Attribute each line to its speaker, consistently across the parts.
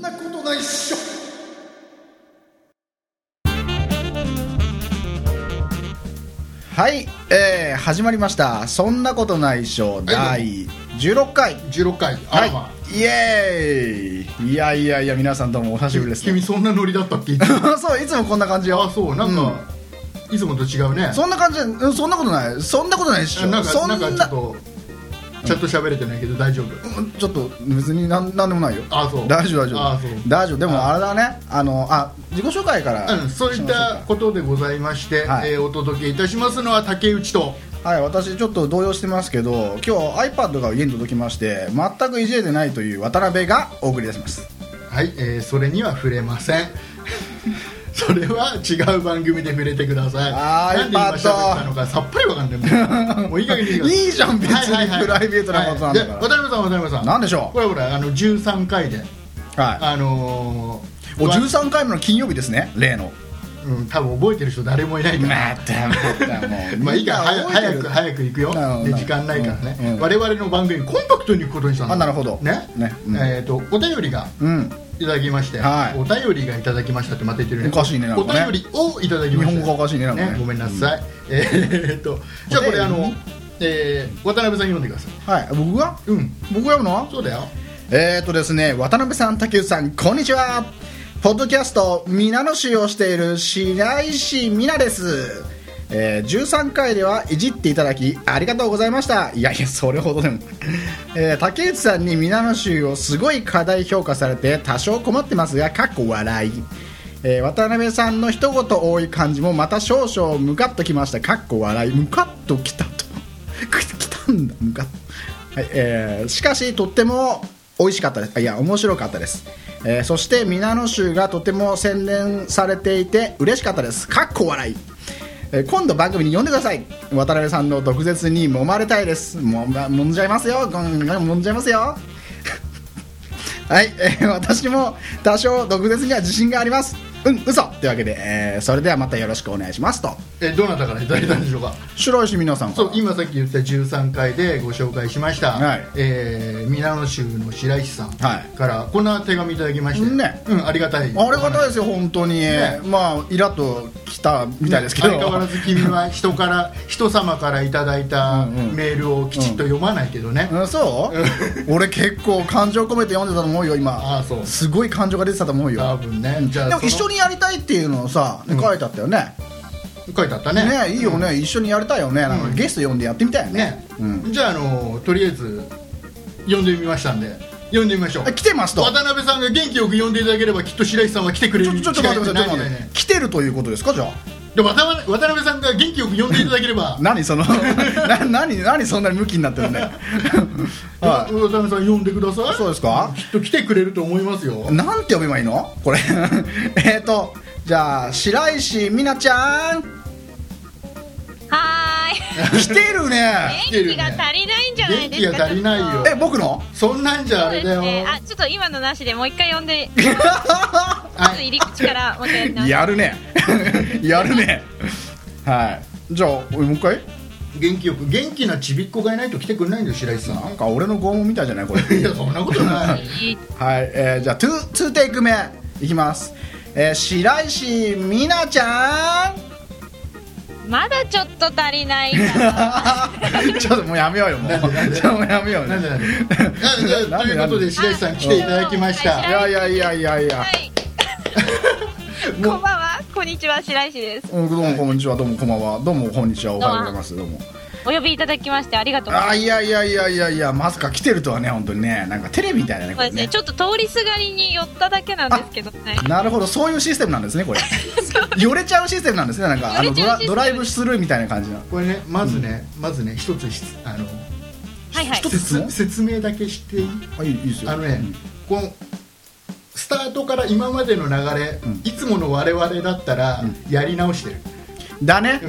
Speaker 1: 一緒
Speaker 2: はい、えー、始まりました「そんなことないっしょ」第16回
Speaker 1: 16回あ
Speaker 2: は
Speaker 1: らま
Speaker 2: いイエーイいやいやいや皆さんどうもお久しぶりです、
Speaker 1: 君そんなノリだったっけあ
Speaker 2: そういつもこんな感じよ
Speaker 1: そうなんか、いつもと違うね
Speaker 2: うんそんな感じうんそんなことないそんなことないっしょ
Speaker 1: なんか
Speaker 2: そん
Speaker 1: な
Speaker 2: なん
Speaker 1: かちょっとちゃんと喋れてないけど大丈夫
Speaker 2: うんちょっと別になんなんでもないよ
Speaker 1: あそう
Speaker 2: 大丈夫大丈
Speaker 1: あそう
Speaker 2: 夫大丈夫でもあれだねあのあ自己紹介から、
Speaker 1: うん、そういったことでございまして、
Speaker 2: はい
Speaker 1: えーお届けいたしますのは竹内と
Speaker 2: はい私ちょっと動揺してますけど今日 iPad が家に届きまして全くいじれてないという渡辺がお送り出します
Speaker 1: はい、えーそれには触れません それは違う番組で触れてください
Speaker 2: あー
Speaker 1: なんで今
Speaker 2: よかった
Speaker 1: 喋ったのかさっぱりわかんないもうもういい加減にくださ
Speaker 2: いいじゃん別にプライベートなことなんだから
Speaker 1: はいで渡辺さん渡辺さん
Speaker 2: なんでしょう
Speaker 1: これほらあの13回で
Speaker 2: は
Speaker 1: あの
Speaker 2: い
Speaker 1: ー
Speaker 2: お13回目の金曜日ですね例の
Speaker 1: うん、多分覚えてる人誰もいないから、
Speaker 2: またまたもう
Speaker 1: まあいいから早く早く
Speaker 2: い
Speaker 1: 早く行くよ
Speaker 2: なるほど
Speaker 1: で時間ないからね、
Speaker 2: うんうん
Speaker 1: 我々の番組にコンパクトに行くことにしたんだ
Speaker 2: あなるほど
Speaker 1: ね
Speaker 2: ねうん
Speaker 1: えっ、とお便りが
Speaker 2: うん
Speaker 1: いただきまして、
Speaker 2: はい
Speaker 1: お便りがいただきましたってまた言ってるね
Speaker 2: おかしいねなん
Speaker 1: お
Speaker 2: かね
Speaker 1: 便りをいただきました
Speaker 2: 日本語がおかしいねなんかね
Speaker 1: ごめんなさい、えーっとじゃあこれあ
Speaker 2: お便り
Speaker 1: の、えー渡辺さん読んでください
Speaker 2: はい僕が
Speaker 1: うん
Speaker 2: 僕が読むの
Speaker 1: そうだよ
Speaker 2: えーとですね渡辺さん竹内さんこんにちはポッドキャスト皆野市をしている白石美奈ですえー、13回ではいじっていただきありがとうございましたいやいやそれほどでも、 えー竹内さんに皆野市をすごい過大評価されて多少困ってますがかっこ笑い、えー渡辺さんの一言多い感じもまた少々ムカッときましたかっこ笑いムカッときたと来たんだムカッとはいえーしかしとっても美味しかったですあいや面白かったです、えーそして皆野州がとても洗練されていて嬉しかったですかっこ笑い、えー今度番組に呼んでください渡辺さんの毒舌に揉まれたいですもま揉んじゃいますよごんごん揉んじゃいますよ はい、えー私も多少毒舌には自信がありますうん嘘というわけで、えーそれではまたよろしくお願いしますと
Speaker 1: えーどなたからいただいたんでしょうか
Speaker 2: 白石美奈さんか
Speaker 1: そう
Speaker 2: ら
Speaker 1: 今さっき言った13回でご紹介しました、
Speaker 2: はい
Speaker 1: えー、ミラノ州の白石さん
Speaker 2: はい
Speaker 1: からこんな手紙いただきまして、
Speaker 2: ね
Speaker 1: うん、ありがたいあ
Speaker 2: ありがたいですよ本当に、まあイラッときたみたいですけど、
Speaker 1: 相変わらず君は 人から人様からいただいた
Speaker 2: うんうん
Speaker 1: メールをきちっと読まないけどね、
Speaker 2: うんそう俺結構感情込めて読んでたと思うよ今
Speaker 1: ああそう
Speaker 2: すごい感情が出てたと思う
Speaker 1: 多
Speaker 2: よ
Speaker 1: 分ねじゃあ
Speaker 2: でも一緒
Speaker 1: に
Speaker 2: にやりたいっていうのをさ、書いてあったよね
Speaker 1: 書いてあったね
Speaker 2: ねいいよね、一緒にやりたいよねなんか
Speaker 1: うん
Speaker 2: ゲスト呼んでやってみたいよね,、
Speaker 1: ね、じゃああのとりあえず読んでみましたんで読んでみましょう
Speaker 2: あ来てますと
Speaker 1: 渡辺さんが元気よく読んでいただければきっと白石さんは来てくれ
Speaker 2: ち
Speaker 1: る
Speaker 2: ょちょっと待ってくださいちょっと
Speaker 1: 違いな
Speaker 2: 待っ
Speaker 1: い
Speaker 2: て来てるということですかじゃあ
Speaker 1: で渡辺渡辺さんが元気よく読んでいただければ
Speaker 2: 何そのな何何そんなにムキになってるね
Speaker 1: 渡
Speaker 2: はい
Speaker 1: 辺さん読んでください
Speaker 2: そうですか
Speaker 1: きっと来てくれると思いますよ
Speaker 2: なんて呼べばいいのこれえっとじゃあ白石美奈ちゃん
Speaker 3: は
Speaker 2: 来てるね
Speaker 3: ーい。元気が足りないんじゃないですか。
Speaker 1: 元気が足りないよ
Speaker 3: ちょっと
Speaker 2: え僕の
Speaker 1: そんなんじゃあ
Speaker 3: そう
Speaker 1: れ
Speaker 3: です
Speaker 1: だよ、
Speaker 3: ね。あ、ちょっと今のなしでもう一回呼んで、ちょっ
Speaker 2: は
Speaker 3: と入り口からもう一回やり直し
Speaker 2: やるねやるねはいじゃあもう一回
Speaker 1: 元気よく元気なちびっ子がいないと来てくれないんだよ白石さ
Speaker 2: なん
Speaker 1: ん
Speaker 2: か俺の拷問みたいじゃないこれ
Speaker 1: いやそんなことない
Speaker 3: いい
Speaker 2: はい、えーじゃあ 2, 2テイク目いきます、えー白石美奈ちゃん
Speaker 3: まだちょっと足りないから。
Speaker 2: ちょっともうやめようよもう
Speaker 1: なんでなんで
Speaker 2: ちょっともうやめようよ
Speaker 1: なんでなんであということで白石さん来ていただきまし
Speaker 3: あ
Speaker 1: た
Speaker 2: いやいやいやいやいや
Speaker 3: はい。こんば
Speaker 1: も
Speaker 3: んは。こんにちは、白石です。
Speaker 2: うんどうもこんにちはどうもこんばんはどうもこんにちはおはようございますどうも
Speaker 3: お呼びいただきましてありがとうござい
Speaker 2: あ
Speaker 3: ます。
Speaker 2: ーいやいやいやいやいやまさか来てるとはね本当にねなんかテレビみたいだね
Speaker 3: そ
Speaker 2: こ
Speaker 3: う
Speaker 2: れ
Speaker 3: ですね。
Speaker 2: ね
Speaker 3: ちょっと通りすがりに寄っただけなんですけどね。
Speaker 2: なるほどそういうシステムなんですねこれよれちゃうシステムなんですねなんかあの
Speaker 3: よれち
Speaker 2: ドラ
Speaker 3: ゃうシステム
Speaker 2: ドライブスルーみたいな感じの
Speaker 1: うこれねまずね、まずね一つしあの
Speaker 3: はいはい
Speaker 2: 一。つ質問
Speaker 1: 説説明だけしていい
Speaker 2: あいいいいですよ
Speaker 1: あのね、このスタートから今までの流れ、
Speaker 2: ん
Speaker 1: いつもの我々だったらやり直してる、
Speaker 2: うんだね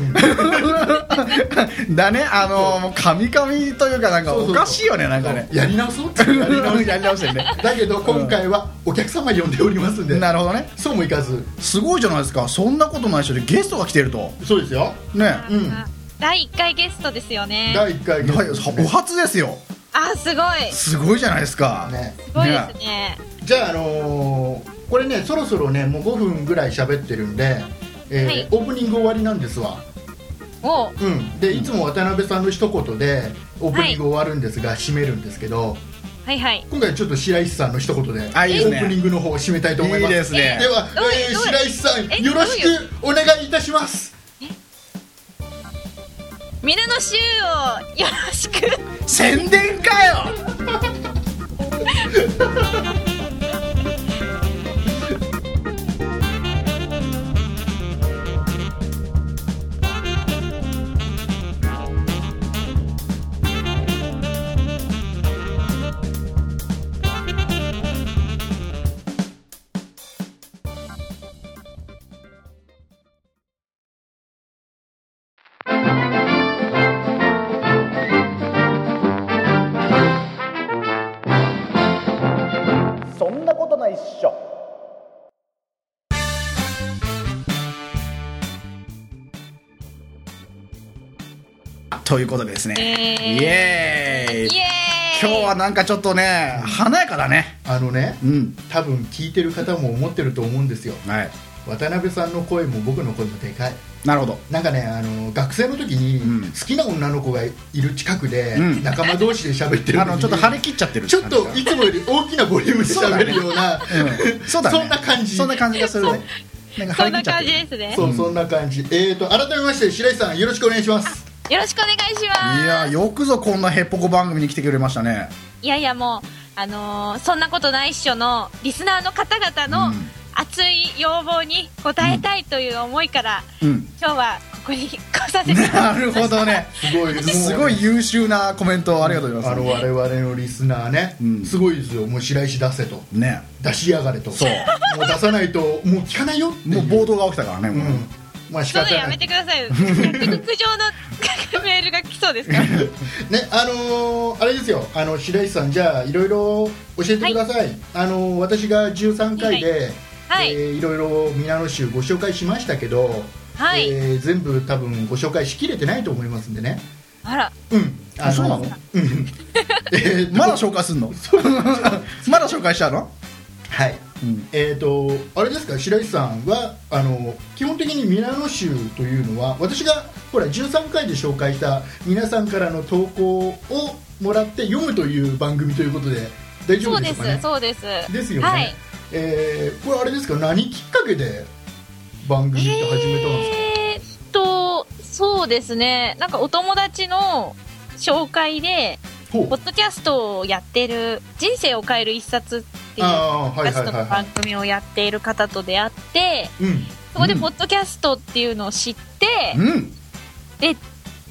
Speaker 2: だねあのもうカミカミというかなんか
Speaker 1: そうそうそ
Speaker 2: お
Speaker 1: う
Speaker 2: かしいよねなんかね
Speaker 1: やり直そうってやり直 して
Speaker 2: やり直してね
Speaker 1: だけど今回はお客様呼んでおりますんで、
Speaker 2: なるほどね
Speaker 1: そうもいかず
Speaker 2: すごいじゃないですかそんなことない人でゲストが来てると
Speaker 1: そうですよ
Speaker 2: ね
Speaker 1: うん
Speaker 3: 第一回ゲストですよね。
Speaker 1: 第1回
Speaker 2: だいお初ですよ
Speaker 3: あ、すごい。
Speaker 2: すごいじゃないですか
Speaker 1: ね
Speaker 3: すごいですね。
Speaker 1: じゃあ、あのーこれねそろそろねもう5分ぐらい喋ってるんで、えー
Speaker 3: はい
Speaker 1: オープニング終わりなんですわ、
Speaker 3: おう
Speaker 1: うん、でいつも渡辺さんの一言でオープニング終わるんですが、締めるんですけど
Speaker 3: はいはい
Speaker 1: 今回ちょっと白石さんの一言で
Speaker 2: あいいですね
Speaker 1: オープニングの方を締めたいと思います
Speaker 2: いいですね
Speaker 1: では、
Speaker 3: どういう
Speaker 1: えー
Speaker 3: どういう
Speaker 1: 白石さ
Speaker 3: え
Speaker 1: んよろしく
Speaker 3: どう
Speaker 1: お願いいたします
Speaker 3: 皆の衆をよろしく
Speaker 2: 宣伝かよそんなことないっしょということでですね、
Speaker 3: えー
Speaker 2: イエーイ
Speaker 3: イエーイ
Speaker 2: 今日はなんかちょっとね華やかだね
Speaker 1: あのね
Speaker 2: うん
Speaker 1: 多分聞いてる方も思ってると思うんですよ
Speaker 2: はい
Speaker 1: 渡辺さんの声も僕の声もでかい
Speaker 2: なるほど
Speaker 1: なんかねあの学生の時に
Speaker 2: うん
Speaker 1: 好きな女の子がいる近くで、
Speaker 2: うん
Speaker 1: 仲間同士で喋ってる
Speaker 2: あ
Speaker 1: 時
Speaker 2: の
Speaker 1: に
Speaker 2: ちょっと張り切っちゃってる
Speaker 1: ちょっといつもより大きなボリュームで喋るような
Speaker 2: うんそうだね
Speaker 1: そんな感じ
Speaker 2: そんな感じがするねなんか張
Speaker 3: そ
Speaker 2: り切っ
Speaker 3: んな
Speaker 2: ちゃっ
Speaker 3: 感
Speaker 2: て
Speaker 3: じ
Speaker 2: る
Speaker 3: ですね
Speaker 1: そうそんな感じえーと改めまして白石さんよろしくお願いします
Speaker 3: よろしくお願いし
Speaker 2: い
Speaker 3: ま
Speaker 2: やよくぞこんなヘッポコ番組に来てくれましたね
Speaker 3: すいやいやもうあのーそんなことないっしょのリスナーの方々
Speaker 2: う
Speaker 3: の
Speaker 2: ん
Speaker 3: 熱い要望に応えたいという思いから、
Speaker 2: うん
Speaker 3: 今日はここに来させていただきま
Speaker 2: なるほどね
Speaker 1: すごいもう
Speaker 2: すごい優秀なコメントをありがとうござ
Speaker 1: あ
Speaker 2: いま
Speaker 1: の我々のリスナーね、
Speaker 2: うん
Speaker 1: すごいですよもう白石出せと
Speaker 2: すね
Speaker 1: 出しやがれと
Speaker 2: そう
Speaker 1: もう出さないともう聞かないよってい
Speaker 2: も
Speaker 1: う
Speaker 2: う暴動が起きたからね
Speaker 1: う
Speaker 2: もうん
Speaker 1: まあ仕
Speaker 3: すそう
Speaker 1: 方
Speaker 3: いうのや
Speaker 1: な
Speaker 3: め
Speaker 1: い
Speaker 3: てくださ いよ結局苦情のメールが来そうですから
Speaker 1: ねあのーあれですよあの白石さんじゃあいろいろ教えてください、あのー私が13回で、い
Speaker 3: はい
Speaker 1: えーいろいろ皆野州ご紹介しましたけど、
Speaker 3: はい
Speaker 1: えー全部多分ご紹介しきれてないと思いますんでね
Speaker 3: あら
Speaker 1: うんあ
Speaker 2: そうなの
Speaker 1: うんえーと
Speaker 2: まだ紹介すんのまだ紹介しちゃうの
Speaker 1: はい、
Speaker 2: うん
Speaker 1: えっ、とあれですか白石さんはあの基本的にミラノ州というのは私がほら13回で紹介した皆さんからの投稿をもらって読むという番組ということで大丈
Speaker 3: そ
Speaker 1: 夫
Speaker 3: う
Speaker 1: で
Speaker 3: です
Speaker 1: かね
Speaker 3: すそうです
Speaker 1: ですよね、
Speaker 3: はい
Speaker 1: えーこれあれですか何きっかけで番組って始めたんですか、
Speaker 3: えーっとそうですねなんかお友達の紹介で
Speaker 1: ほ
Speaker 3: ポ
Speaker 1: う
Speaker 3: ッドキャストをやってる「人生を変える一冊」っていう
Speaker 1: あー
Speaker 3: ポ
Speaker 1: は
Speaker 3: ッド
Speaker 1: い
Speaker 3: キ
Speaker 1: はい
Speaker 3: ャ
Speaker 1: は
Speaker 3: スト
Speaker 1: い
Speaker 3: の
Speaker 1: は
Speaker 3: 番
Speaker 1: い
Speaker 3: 組をやっている方と出会って
Speaker 1: うん
Speaker 3: そこで
Speaker 2: うん
Speaker 3: ポッドキャストっていうのを知って
Speaker 2: うん
Speaker 3: で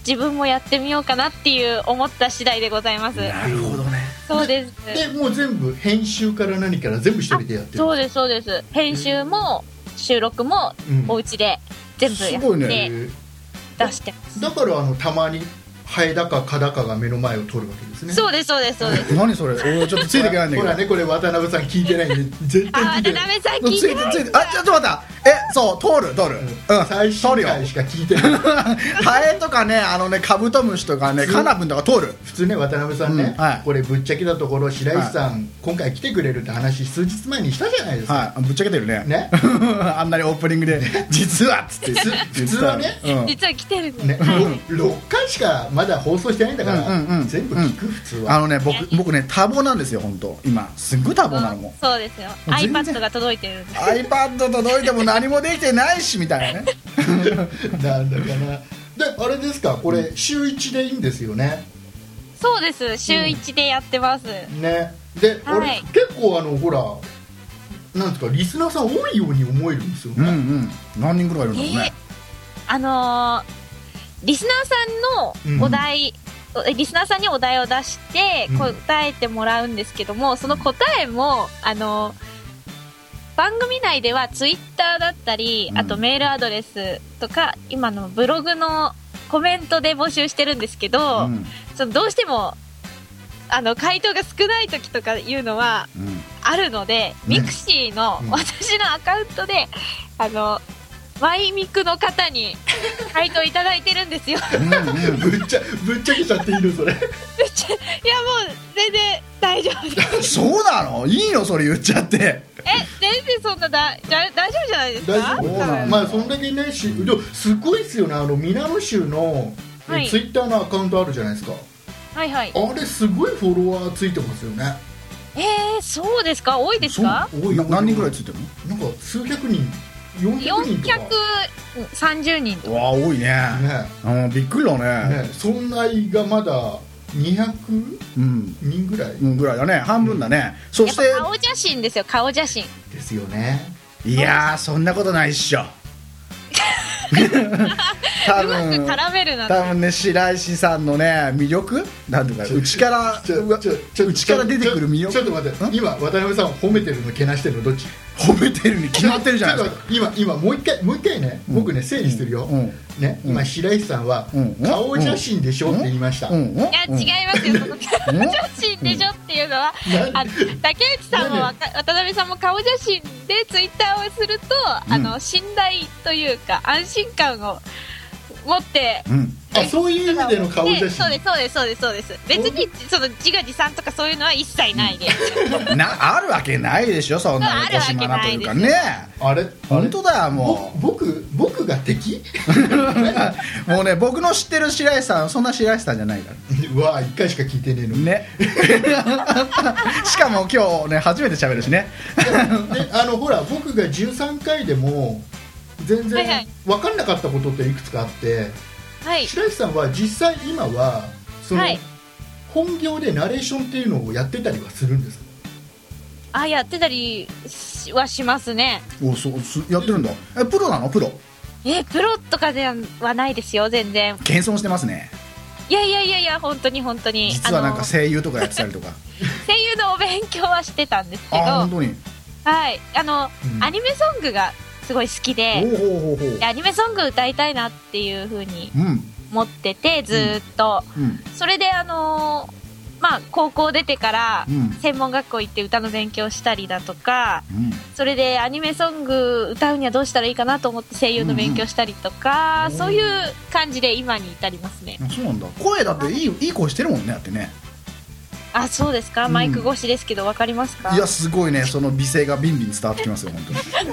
Speaker 3: 自分もやってみようかなっていう思った次第でございます
Speaker 2: なるほどね
Speaker 3: そうです
Speaker 1: でもう全部編集から何から全部一人でやってる
Speaker 3: そうですそうです編集も収録も
Speaker 1: うん
Speaker 3: お家で全部や
Speaker 2: すごい
Speaker 3: っ
Speaker 1: え
Speaker 2: ね
Speaker 3: て
Speaker 1: ー
Speaker 3: 出してます
Speaker 1: だからあのたまにハエだか蚊だかが目の前を取るわけですね
Speaker 3: そうですそうですそうです
Speaker 2: 何それ俺ちょっとついていけないんだけ
Speaker 1: ほ
Speaker 2: ど
Speaker 1: らねこれ渡辺さん聞いてないんで絶対
Speaker 3: あ
Speaker 1: 聞い
Speaker 3: ー、
Speaker 1: て
Speaker 3: だ
Speaker 1: ない
Speaker 3: めさん
Speaker 2: つ
Speaker 3: 聞い
Speaker 2: いて
Speaker 3: てない
Speaker 2: ついてあちょっと待ったえそう通る通るうん
Speaker 1: 最
Speaker 2: 通
Speaker 1: 新
Speaker 2: るよ
Speaker 1: 回しか聞いてない
Speaker 2: ハエとかねあのねカブトムシとかねカナブンとか通る
Speaker 1: 普通ね渡辺さんね、
Speaker 2: うんはい
Speaker 1: これぶっちゃけたところ白石さん、今回来てくれるって話数日前にしたじゃないですか、
Speaker 2: はいぶっちゃけてるね
Speaker 1: ね
Speaker 2: あんなにオープニングで「実は」っつって
Speaker 1: 普通はね
Speaker 2: うん
Speaker 3: 実は来てるの、
Speaker 1: ね、6回しかまだ放送してないんだから、
Speaker 2: うんうんうん
Speaker 1: 全部聞く普通は、
Speaker 2: あのね僕僕ね多忙なんですよ本当今すっごい多忙なのも
Speaker 3: そうですよ
Speaker 2: もう全然
Speaker 3: iPad が届いてるんで
Speaker 2: iPad 届いても何もできてないしみたいなね
Speaker 1: なんだかなであれですかこれ週1でいいんですよね
Speaker 3: そうです週1でやってます、
Speaker 1: ねで、
Speaker 3: はい
Speaker 1: 俺結構あのほらなんですかリスナーさん多いように思えるんですよ
Speaker 2: うんう
Speaker 1: ね、
Speaker 2: ん何人ぐらいいるんだろう
Speaker 3: え
Speaker 2: ね
Speaker 3: あのーリスナーさんのお題、えリスナーさんにお題を出して
Speaker 1: うん
Speaker 3: 答えてもらうんですけども、その答えもあのー番組内ではツイッターだったり、
Speaker 2: うん
Speaker 3: あとメールアドレスとか今のブログのコメントで募集してるんですけ
Speaker 2: う
Speaker 3: ど、
Speaker 2: ん
Speaker 3: そのどうしてもあの回答が少ない時とかいうのは
Speaker 2: うん
Speaker 3: あるので、ミクシーの
Speaker 1: うん
Speaker 3: 私のアカウントで、あのマイミクの方に回答いただいてるんですよ
Speaker 2: うんうん
Speaker 1: ぶっちゃぶっちゃけちゃっていいのそれ
Speaker 3: いやもう全然大丈夫 です
Speaker 2: そうなのいいのそれ言っちゃって
Speaker 3: え全然そんなだだ大丈夫じゃないですか
Speaker 1: 大丈夫
Speaker 2: そうなんだ
Speaker 1: まあそんだけねしでもすごいですよねあのミラノ州の、え
Speaker 3: はい
Speaker 1: ツイッターのアカウントあるじゃないですか
Speaker 3: はいはい
Speaker 1: あれすごいフォロワーついてますよね
Speaker 3: えー、そうですか多いですか
Speaker 1: 多い
Speaker 2: な何人ぐらいついてる
Speaker 1: なんか数百人400人とか
Speaker 3: 430人と
Speaker 2: のわあ多いね
Speaker 1: ね
Speaker 2: うんびっくりだね
Speaker 1: ね損害がまだ200
Speaker 2: うん
Speaker 1: 人ぐらい
Speaker 2: うんぐらいだね半分だね、そ
Speaker 3: や
Speaker 2: し
Speaker 3: ってぱ顔写真ですよ顔写真
Speaker 1: ですよね
Speaker 2: いやーそんなことないっし ょ多
Speaker 3: うまく
Speaker 2: 分
Speaker 3: 絡めるなんて
Speaker 2: 多分ね白石さんのね魅力なんていうか
Speaker 1: ちょ
Speaker 2: 内から
Speaker 1: ちょ
Speaker 2: うわ
Speaker 1: ちょちょ
Speaker 2: 内から出てくる身を
Speaker 1: ちょちょっと待って今渡辺さんを褒めてるのけなしてるのどっち
Speaker 2: 褒めてるに決まってるじゃないですか
Speaker 1: ちょっと今今もう一回もう一回ね、
Speaker 2: うん
Speaker 1: 僕ね整理するよ、
Speaker 2: うんうん
Speaker 1: ね、今白石さんは
Speaker 2: うん
Speaker 1: 「顔写真でしょ」って言いました、
Speaker 2: うんうん
Speaker 3: いや、違いますよ、その 顔写真でしょっていうのは、あの竹内さんもわか渡辺さんも顔写真でツイッターをすると、あの信頼というか、安心感を持って、
Speaker 2: うん
Speaker 1: あそういう意味での顔写
Speaker 3: でそ
Speaker 1: 真
Speaker 3: うです、そうです、そうです、そうです、別にその自画自賛とかそういうのは一切ないです、
Speaker 2: うんなあるわけないでしょそんな横島なというかね
Speaker 1: あれあれ
Speaker 2: 本当だよも
Speaker 1: ぼ僕僕が敵
Speaker 2: うもうね僕の知ってる白石さんはそんな白石さんじゃないから
Speaker 1: うわ一回しか聞いてねえのに、
Speaker 2: ねしかも今日ね初めて喋るしね
Speaker 1: であのほら僕が13回でも全
Speaker 3: はいは
Speaker 1: 然
Speaker 3: い
Speaker 1: 分かんなかったことっていくつかあって、
Speaker 3: はい、
Speaker 1: 白石さんは実際今はその、
Speaker 3: はい
Speaker 1: 本業でナレーションっていうのをやってたりはするんですか
Speaker 3: あやってたりはしますね、
Speaker 2: おそうすやってるんだえプロなのプロ
Speaker 3: えプロとかではないですよ、全然、
Speaker 2: 謙遜してますね
Speaker 3: いやいやいやいや、本当に本当に、
Speaker 2: 実はなんか
Speaker 3: あの
Speaker 2: 声優とかやってたりとか
Speaker 3: 声優のお勉強はしてたんですけど。
Speaker 2: あ本当に
Speaker 3: はい、あの、
Speaker 1: うん
Speaker 3: アニメソングがすごい好
Speaker 2: ほ
Speaker 3: き
Speaker 2: う
Speaker 3: で、
Speaker 2: ほうほうほう
Speaker 3: でアニメソング歌いたいなっていう風に
Speaker 2: うん
Speaker 3: 思ってて、ずーっと。
Speaker 2: うん
Speaker 3: それで、あのーまあ、高校出てから
Speaker 2: うん、
Speaker 3: 専門学校行って歌の勉強したりだとか、
Speaker 2: うん
Speaker 3: それでアニメソング歌うにはどうしたらいいかなと思って声優の勉強したりとか、
Speaker 2: うんうん
Speaker 3: そういう感じで今に至りますね。
Speaker 2: あそうなんだ声だっていいいい声してるもんねだってね
Speaker 3: あ、そうですか
Speaker 2: うん
Speaker 3: マイク越しですけど、わかりますか
Speaker 2: いやすごいねその美声がビンビン伝わってきますよ本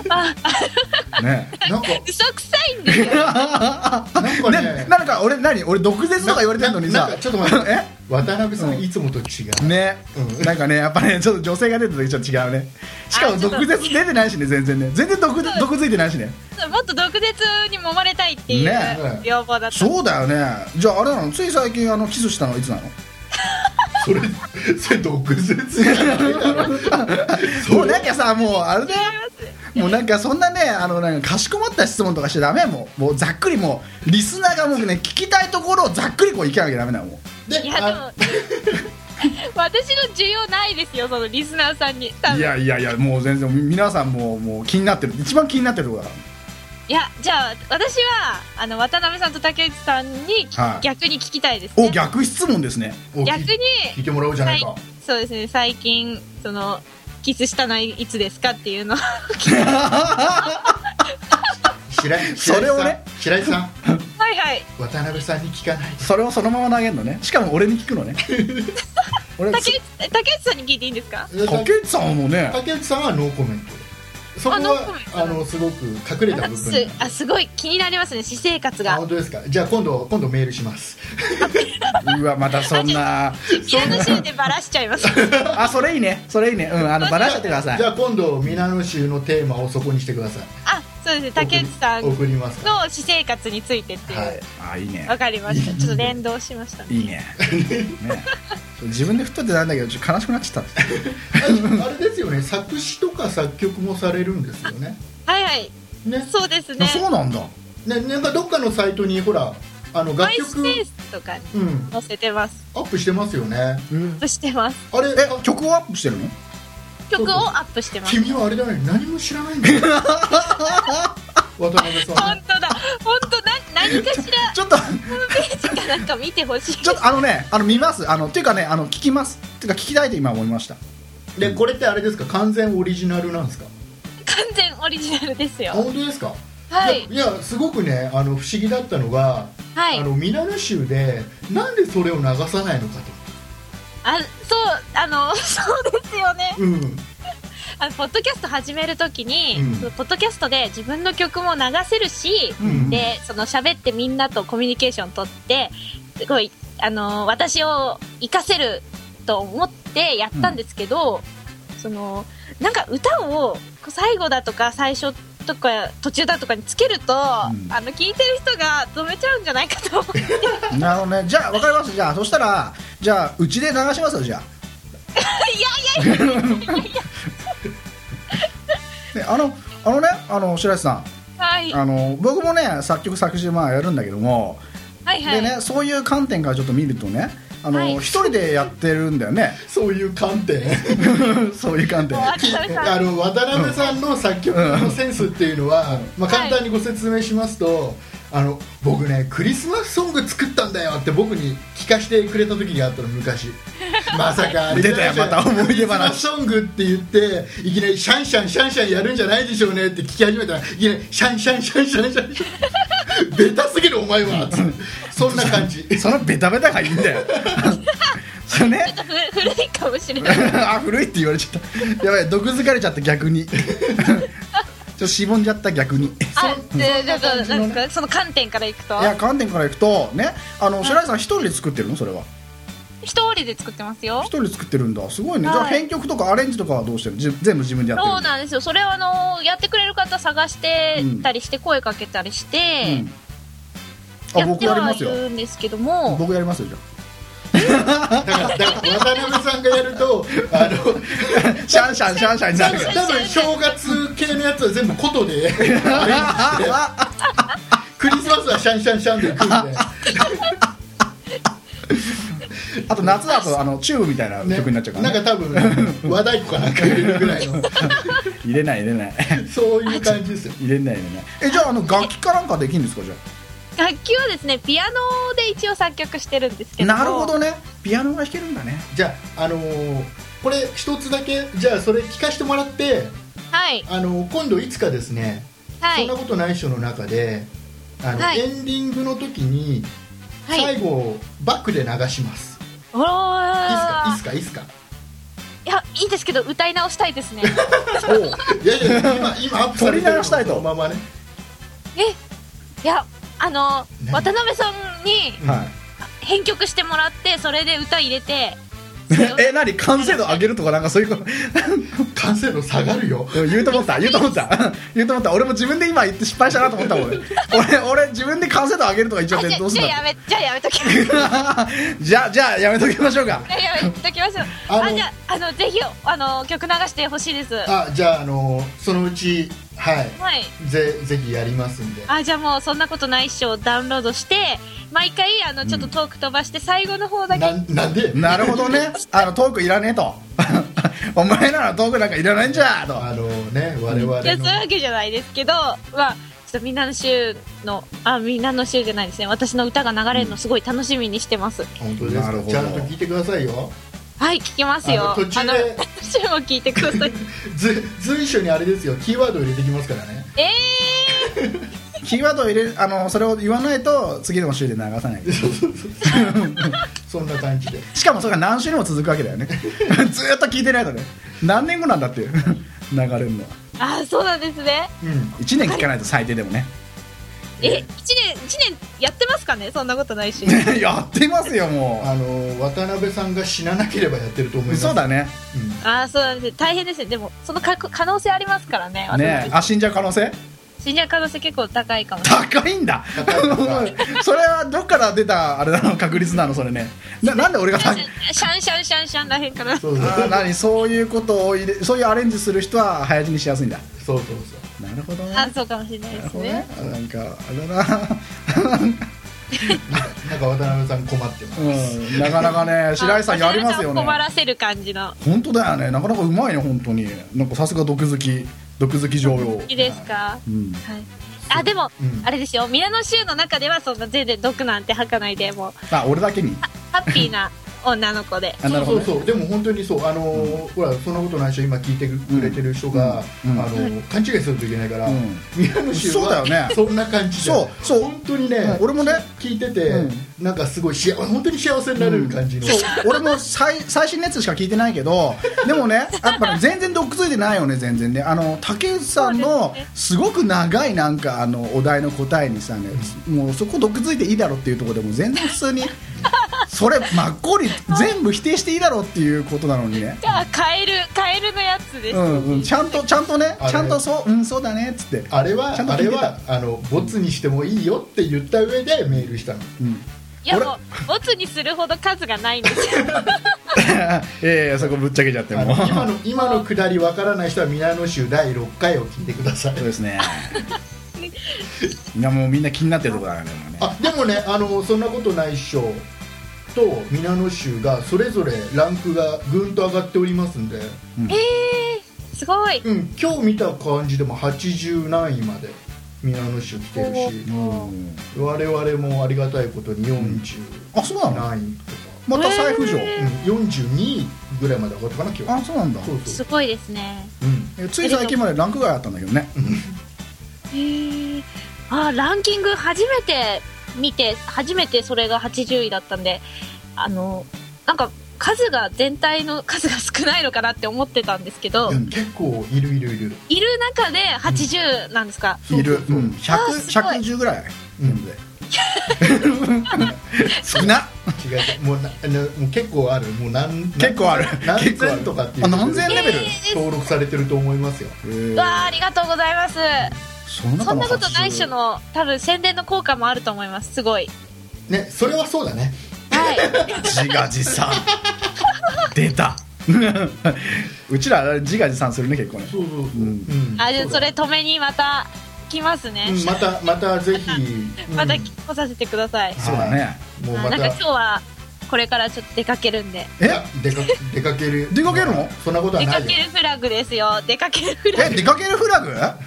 Speaker 2: 当に ね
Speaker 1: なんか
Speaker 3: 嘘くさいんですよ。
Speaker 1: なんかね
Speaker 2: ね なんか俺何俺毒舌とか言われてるのに
Speaker 1: な
Speaker 2: さ
Speaker 1: なんかちょっと待って
Speaker 2: え
Speaker 1: 渡辺さん、
Speaker 2: うん
Speaker 1: いつもと違う、
Speaker 2: ね、
Speaker 1: うん
Speaker 2: なんかねやっぱねちょっと女性が出た時ちょっと違うねしかも
Speaker 3: あちょっと
Speaker 2: 毒舌出てないしね全然ね全然毒
Speaker 3: そう
Speaker 2: 毒づいてないしね
Speaker 3: もっと毒舌に揉まれたいっていう
Speaker 2: ね
Speaker 3: 要望だったんで
Speaker 2: そうだよねじゃああれなのつい最近あのキスしたのいつなの
Speaker 1: それそれ毒舌じゃないだろそれ
Speaker 2: もうなんかさもうあれだよもうなんかそんなねあのなんかかしこまった質問とかしちゃダメもうもうざっくりもうリスナーがもうね聞きたいところをざっくりこういかなきゃダメなのも
Speaker 1: で
Speaker 3: いやでも
Speaker 1: あ
Speaker 3: 私の需要ないですよそのリスナーさんに多
Speaker 2: うい
Speaker 3: 分いや
Speaker 2: やいやいやもう全然み皆さんもうもう気になってる一番気になってるところだか
Speaker 3: じゃあ私はあの渡辺さんと竹内さんにき、
Speaker 2: はい
Speaker 3: 逆に聞きたいです
Speaker 2: ら
Speaker 3: ね
Speaker 2: お逆質問ですね
Speaker 1: お
Speaker 3: 逆に
Speaker 1: 聞い聞いてもらおうじゃないか、
Speaker 3: はいそうですね最近そのキスしたのはいつですかっていうの は
Speaker 1: 白井
Speaker 2: それをね
Speaker 1: 白井さん白井さ
Speaker 3: いはい
Speaker 1: ん渡辺さんに聞かない
Speaker 2: それをそのまま投げるのねしかも俺に聞くの ね俺
Speaker 3: 竹内竹内さんに聞いていいんですか
Speaker 1: で
Speaker 2: 竹内さんもね
Speaker 1: 竹内さんはノーコメントでそこ
Speaker 3: あノーコ
Speaker 1: は
Speaker 3: メント
Speaker 1: あのすごく隠れた部
Speaker 3: す
Speaker 1: 分
Speaker 3: あすごい気になりますね私生活
Speaker 1: あ
Speaker 3: が
Speaker 1: 本当ですかじゃあ今度今度メールします
Speaker 2: うわまたそんな
Speaker 3: ミラノ州でバラしちゃいます
Speaker 2: あそれいいねそれいいねうんあのばらしちゃってください
Speaker 1: じゃあ今度ミラノ州のテーマをそこにしてください
Speaker 3: あそうですね竹内さんの
Speaker 1: 送りますから
Speaker 3: 私生活についてっていう、
Speaker 1: は
Speaker 3: わ
Speaker 1: い
Speaker 2: あいいね
Speaker 3: かりましたちょっと連動しました
Speaker 2: いいねね自分で振っといてたんだけどちょっと悲しくなっちゃった
Speaker 1: ああれですよね作詞とか作曲もされるんですよね
Speaker 3: はいはい
Speaker 1: ね
Speaker 3: そうですね
Speaker 2: あそうなんだ
Speaker 1: ねなんかどっかのサイトにほらあの
Speaker 3: マ
Speaker 1: 楽
Speaker 3: イス
Speaker 1: 曲
Speaker 3: ペースとかに
Speaker 1: うん
Speaker 3: 載せてます。
Speaker 1: アップしてますよね
Speaker 3: アップしてます。
Speaker 1: あれあ
Speaker 2: え曲をアップしてるの
Speaker 3: 曲をアップしてます。
Speaker 1: 君はあれだね何も知らないん だよ渡辺さん
Speaker 3: 本当だ。本当な何かしら
Speaker 2: ちょっと
Speaker 3: ホームページかなんか見てほしい。
Speaker 2: ちょっとあのねあの見ますあのっていうかねあの聞きますっていうか聞きたいと今思いました
Speaker 1: でこれってあれですか完全オリジナルなんですか
Speaker 3: 完全オリジナルです
Speaker 1: あ
Speaker 3: よ。
Speaker 1: 本当ですか
Speaker 3: はい
Speaker 1: いやいやすごくねあの不思議だったのが、
Speaker 3: はい
Speaker 1: あのミナル州でなんでそれを流さないのかと
Speaker 3: あそうあの そうですよね
Speaker 1: うん
Speaker 3: あのポッドキャスト始めるときに、
Speaker 1: うん
Speaker 3: そのポッドキャストで自分の曲も流せるし、
Speaker 1: うん
Speaker 3: でその喋ってみんなとコミュニケーション取ってすごいあの私を活かせると思ってやったんですけど、そのなんか歌を最後だとか最初とか途中だとかにつけると、
Speaker 2: ん
Speaker 3: あの聞いてる人が止めちゃうんじゃないかと 思って
Speaker 2: なるほどねじゃあわかりますじゃあそしたらじゃあうちで流しますよじゃあ
Speaker 3: いやいやいや
Speaker 2: ねあのあのねあの白石さん
Speaker 3: はいは
Speaker 2: あの僕もね作曲作詞まあやるんだけども、
Speaker 3: いはい、
Speaker 2: でねそういう観点からちょっと見るとねあの、
Speaker 3: はい
Speaker 2: 一人でやってるんだよね
Speaker 1: そういう観点
Speaker 2: そういう観点
Speaker 3: もう渡辺さん
Speaker 1: あの渡辺さんの作曲のセンスっていうのは、まあ、簡単にご説明しますと、あの僕ねクリスマスソング作ったんだよって僕に聞かせてくれた時があったの昔まさかあれ
Speaker 2: 出たよまた思い
Speaker 1: クリ
Speaker 2: 出話
Speaker 1: スマスソングって言っていきなりシャンシャンシャンシャンやるんじゃないでしょうねって聞き始めたらいきなりシャンシャンシャンシャンシャンシャンベタすぎるお前はつってそんな感じ
Speaker 2: そのベタベタがいいんだ よそれね
Speaker 3: ふ 古いかもしれない
Speaker 2: あ古いって言われちゃったやばい毒づかれちゃった逆 にちょっとしぼんじゃった逆に
Speaker 3: あで
Speaker 1: そんな感じのね
Speaker 3: なんかその観点からいくと
Speaker 2: いや観点からいくとねあの白井さん一人で作ってるのそれは
Speaker 3: 一人で作ってますよ
Speaker 2: 一人で作ってるんだすごいね、じゃあ
Speaker 3: はい
Speaker 2: 編曲とかアレンジとかはどうしてるじ全部自分でやってる
Speaker 3: そうなんですよそれをあのやってくれる方探してたりして、声かけたりして、
Speaker 2: うん、あ
Speaker 3: やっ
Speaker 2: 僕
Speaker 3: て
Speaker 2: やり
Speaker 3: は
Speaker 2: ま
Speaker 3: い
Speaker 2: すよ
Speaker 3: るんですけども
Speaker 2: 僕やりますよじゃ
Speaker 1: だからだから渡辺さんがやるとあの
Speaker 2: あ シャンシャンシャンシャンにな
Speaker 1: 多
Speaker 2: る
Speaker 1: 分多分正月系のやつは全部琴でアレンジしてクリスマスはシャンシャンシャンで来るんで
Speaker 2: あと夏だとあのチューブみたいな
Speaker 1: ね
Speaker 2: 曲になっちゃうから、ね
Speaker 1: なんか多分和太鼓かなんか入れるぐらい の
Speaker 2: 入れない入れない
Speaker 1: そういう感じですよ
Speaker 2: 入れない入れないえじゃああの楽器かなんかできるんですかじゃ
Speaker 3: 楽器はですねピアノで一応作曲してるんですけ
Speaker 2: あ
Speaker 3: ど
Speaker 2: なるほどねピアノが弾けるんだね
Speaker 1: じゃああのーこれ一つだけじゃあそれ聞かせてもらって
Speaker 3: はい
Speaker 1: あのー今度いつかですね「
Speaker 3: は
Speaker 1: そん
Speaker 3: い
Speaker 1: なことないっしょ」の中であの、
Speaker 3: はい
Speaker 1: エンディングの時に
Speaker 3: はい
Speaker 1: 最後バックで流します、
Speaker 3: おー
Speaker 1: いいっすかいいっすかいいっすか
Speaker 3: いやいいんですけど歌い直したいで すね
Speaker 1: いやいや 今今アップされて
Speaker 2: 撮り
Speaker 1: る
Speaker 2: 直したいと
Speaker 1: そのままね
Speaker 3: えいやあの
Speaker 1: 何
Speaker 3: 渡辺さんに
Speaker 2: はい
Speaker 3: 編曲してもらってそれで歌入れて
Speaker 2: え何完成度上げるとかなんかそういうこと
Speaker 1: 完成度下がるよ
Speaker 2: 言うと思った言うと思った 言うと思った俺も自分で今言って失敗したなと思ったもん俺俺俺自分で完成度上げるとか一応
Speaker 3: あ
Speaker 2: っ
Speaker 3: じ
Speaker 2: て
Speaker 3: ゃ
Speaker 2: どうす
Speaker 3: じ
Speaker 2: ん
Speaker 3: ゃあ
Speaker 2: だ
Speaker 3: やめじゃあやめときます
Speaker 2: じゃあじゃあやめときましょうか
Speaker 3: いやいや言っときましょう。
Speaker 1: あの
Speaker 3: あじゃああのぜひあの曲流してほしいです。は
Speaker 1: あじゃあ、あのそのうちはい
Speaker 3: い。
Speaker 1: ぜぜひやりますんで
Speaker 3: あじゃあもうそんなことないっしょをダウンロードして毎回あのちょっとトーク飛ばして最後の方だけ、
Speaker 1: なんなんで
Speaker 2: なるほどねあのトークいらねえと お前ならトークなんかいらないんじゃと
Speaker 1: あのね我々の
Speaker 3: いやそういうわけじゃないですけど、まあちょっとみんなの週のあみんなの週じゃないですね。私の歌が流れるのすごい楽しみにしてます。
Speaker 1: 本当です
Speaker 2: なるほ
Speaker 1: か
Speaker 2: ど
Speaker 1: ちゃんと聞いてくださいよ
Speaker 3: はい聞きますよ。
Speaker 1: あの途中で
Speaker 3: あの 週も聞いてくだ さい。
Speaker 1: ず随所にあれですよキーワードを入れてきますからね
Speaker 3: ええ
Speaker 2: キーワードを入れるあのそれを言わないと次の週で流さない
Speaker 1: そんな感じで
Speaker 2: しかもそれが何週にも続くわけだよね ずーっと聞いてないとね何年後なんだっていう 流れるのは
Speaker 3: ー、あそうなんですね。
Speaker 1: うん
Speaker 2: 1年聞かないと最低でもね
Speaker 3: え一年一年やってますかねそんなことないし。
Speaker 2: やってますよも
Speaker 1: あの渡辺さんが死ななければやってると 思いうます
Speaker 2: 嘘だね
Speaker 1: うん
Speaker 3: ああそうなんです大変ですねでもその可可能性ありますからね
Speaker 2: ねえあ死んじゃう可能性
Speaker 3: 死んじゃう可能性結構高いかもしれない
Speaker 2: 高いんだ
Speaker 1: 高いのか
Speaker 2: それはどっから出たあれなの確率なのそれねななんで俺が高 い
Speaker 3: シャンシャンシャンシャンらへんから
Speaker 1: そうそう
Speaker 2: あー
Speaker 1: そう
Speaker 2: 何そういうことを入れそういうアレンジする人は早死にしやすいんだ
Speaker 1: そうそう
Speaker 2: なるほどね
Speaker 3: あそうかもしれない
Speaker 2: なる
Speaker 3: です
Speaker 2: ほど
Speaker 3: ね
Speaker 2: ねあなんかあれだな
Speaker 1: なんか渡辺さん困ってます
Speaker 2: うんなかなかね白井さんやりますよ
Speaker 3: あ
Speaker 2: ね
Speaker 3: お猿さんを困らせる感じの
Speaker 2: 本当だよねなかなかうまいね本当になんかさすが毒好き毒好き上用
Speaker 3: いいですか、
Speaker 2: うん
Speaker 3: はいあでも、
Speaker 1: うん
Speaker 3: あれですよミラノ州の中ではそんな全然毒なんて吐かないでもう
Speaker 2: あ俺だけに
Speaker 3: ハッピーな女の子で
Speaker 2: あ なるほ
Speaker 1: そ
Speaker 2: ど
Speaker 1: うそ
Speaker 2: ね
Speaker 1: うでも本当にそうあのーほらそんなことない人今聞いてくれてる人が、
Speaker 2: うんうん
Speaker 1: あのー勘違いするといけないから、
Speaker 2: うん
Speaker 1: 宮野州は
Speaker 2: そうだよね
Speaker 1: そんな感じで
Speaker 2: そうそう
Speaker 1: 本当にね、
Speaker 2: うん俺もね
Speaker 1: 聞いてて、
Speaker 2: うん
Speaker 1: なんかすごい幸せ本当に幸せになれる感じの、
Speaker 2: そう俺も最最新のやつしか聞いてないけ どでもねやっぱね全然毒づいてないよね全然ねあの竹内さん
Speaker 3: そ
Speaker 2: の
Speaker 3: うですね
Speaker 2: すごく長いなんかあのお題の答えにさねもうそこ毒づいていいだろっていうところでもう全然普通にそれ真っこり全部否定していいだろっていうことなのにね
Speaker 3: じゃあカエルカエルのやつです、
Speaker 2: うんうんちゃんとちゃんとね
Speaker 1: あれ
Speaker 2: ちゃんとそううんそうだねっつって
Speaker 1: あれは
Speaker 2: ちゃんと
Speaker 1: あ
Speaker 2: 聞い
Speaker 1: れ
Speaker 2: てた
Speaker 1: はあのボツにしてもいいよって言った上でメールしたの
Speaker 2: うん
Speaker 3: いや
Speaker 2: 俺
Speaker 3: もうボツにするほど数がない んですよ
Speaker 2: ええそこぶっちゃけちゃって
Speaker 1: あ
Speaker 2: も
Speaker 1: の
Speaker 2: う
Speaker 1: 今の今のくだりわからない人は皆野州第6回を聞いてください
Speaker 2: そうですねいやもうみんな気になってるところだからねもうね
Speaker 1: あでもねあのそんなことないっしょと皆野州がそれぞれランクがぐんと上がっておりますんで、
Speaker 3: えー、すごい
Speaker 1: うん、今日見た感じでも80何位まで皆野州来てるし
Speaker 2: うん
Speaker 1: 我々もありがたいことに40
Speaker 2: あそうなの
Speaker 1: 何位とか、
Speaker 2: また再浮上、
Speaker 3: え
Speaker 1: うん、42位ぐらいまで上がったかな今日
Speaker 2: あそうなんだ
Speaker 1: そうそ
Speaker 3: す
Speaker 1: う、
Speaker 3: ごいですね
Speaker 1: うん、
Speaker 2: えつい最近までランク外だったんだけどね
Speaker 3: えー、あランキング初めて見て初めてそれが80位だったんであのなんか数が全体の 数が少ないのかなって思ってたんですけど、
Speaker 1: いや結構いるいるいる
Speaker 3: いる中で80なんですか、
Speaker 1: そう
Speaker 2: いる
Speaker 1: そうそう
Speaker 2: うん
Speaker 3: あすごい
Speaker 2: 100 110ぐらい
Speaker 1: うん
Speaker 2: 全部で少な
Speaker 1: 違うもうなあのもう結構あるもう何
Speaker 2: 結構ある
Speaker 1: 何
Speaker 2: 結構あ
Speaker 1: 千
Speaker 2: る
Speaker 1: とかっていう
Speaker 2: あ何千レベル
Speaker 3: え
Speaker 1: 登録されてると思いますよ
Speaker 2: へえ
Speaker 3: わあありがとうございます
Speaker 2: その
Speaker 3: そ
Speaker 2: 中
Speaker 3: ん
Speaker 2: の
Speaker 3: なことないっしょ
Speaker 2: 80
Speaker 3: の多分宣伝の効果もあると思いますすごい
Speaker 1: ねそれはそうだね
Speaker 3: はい
Speaker 2: 自画自賛出た うちら自画自賛するね結構ね
Speaker 1: そうそうそう、
Speaker 2: うん
Speaker 3: あでもそれ
Speaker 1: う
Speaker 3: 止めにまた来ますね
Speaker 1: だ、うんまたまたぜひ、うん
Speaker 3: また来させてください、
Speaker 2: そうだね
Speaker 1: もう
Speaker 3: あ
Speaker 1: ま
Speaker 3: なんか
Speaker 1: た
Speaker 3: 今日はこれからちょっと出かけるんで
Speaker 1: え
Speaker 2: え
Speaker 1: 出か出かける
Speaker 2: 出かけるの
Speaker 1: まあそんなことは
Speaker 3: 出
Speaker 1: な
Speaker 3: か
Speaker 1: いよ
Speaker 3: けるフラグですよ出かけるフラ
Speaker 2: え出かけるフラグ
Speaker 3: グはい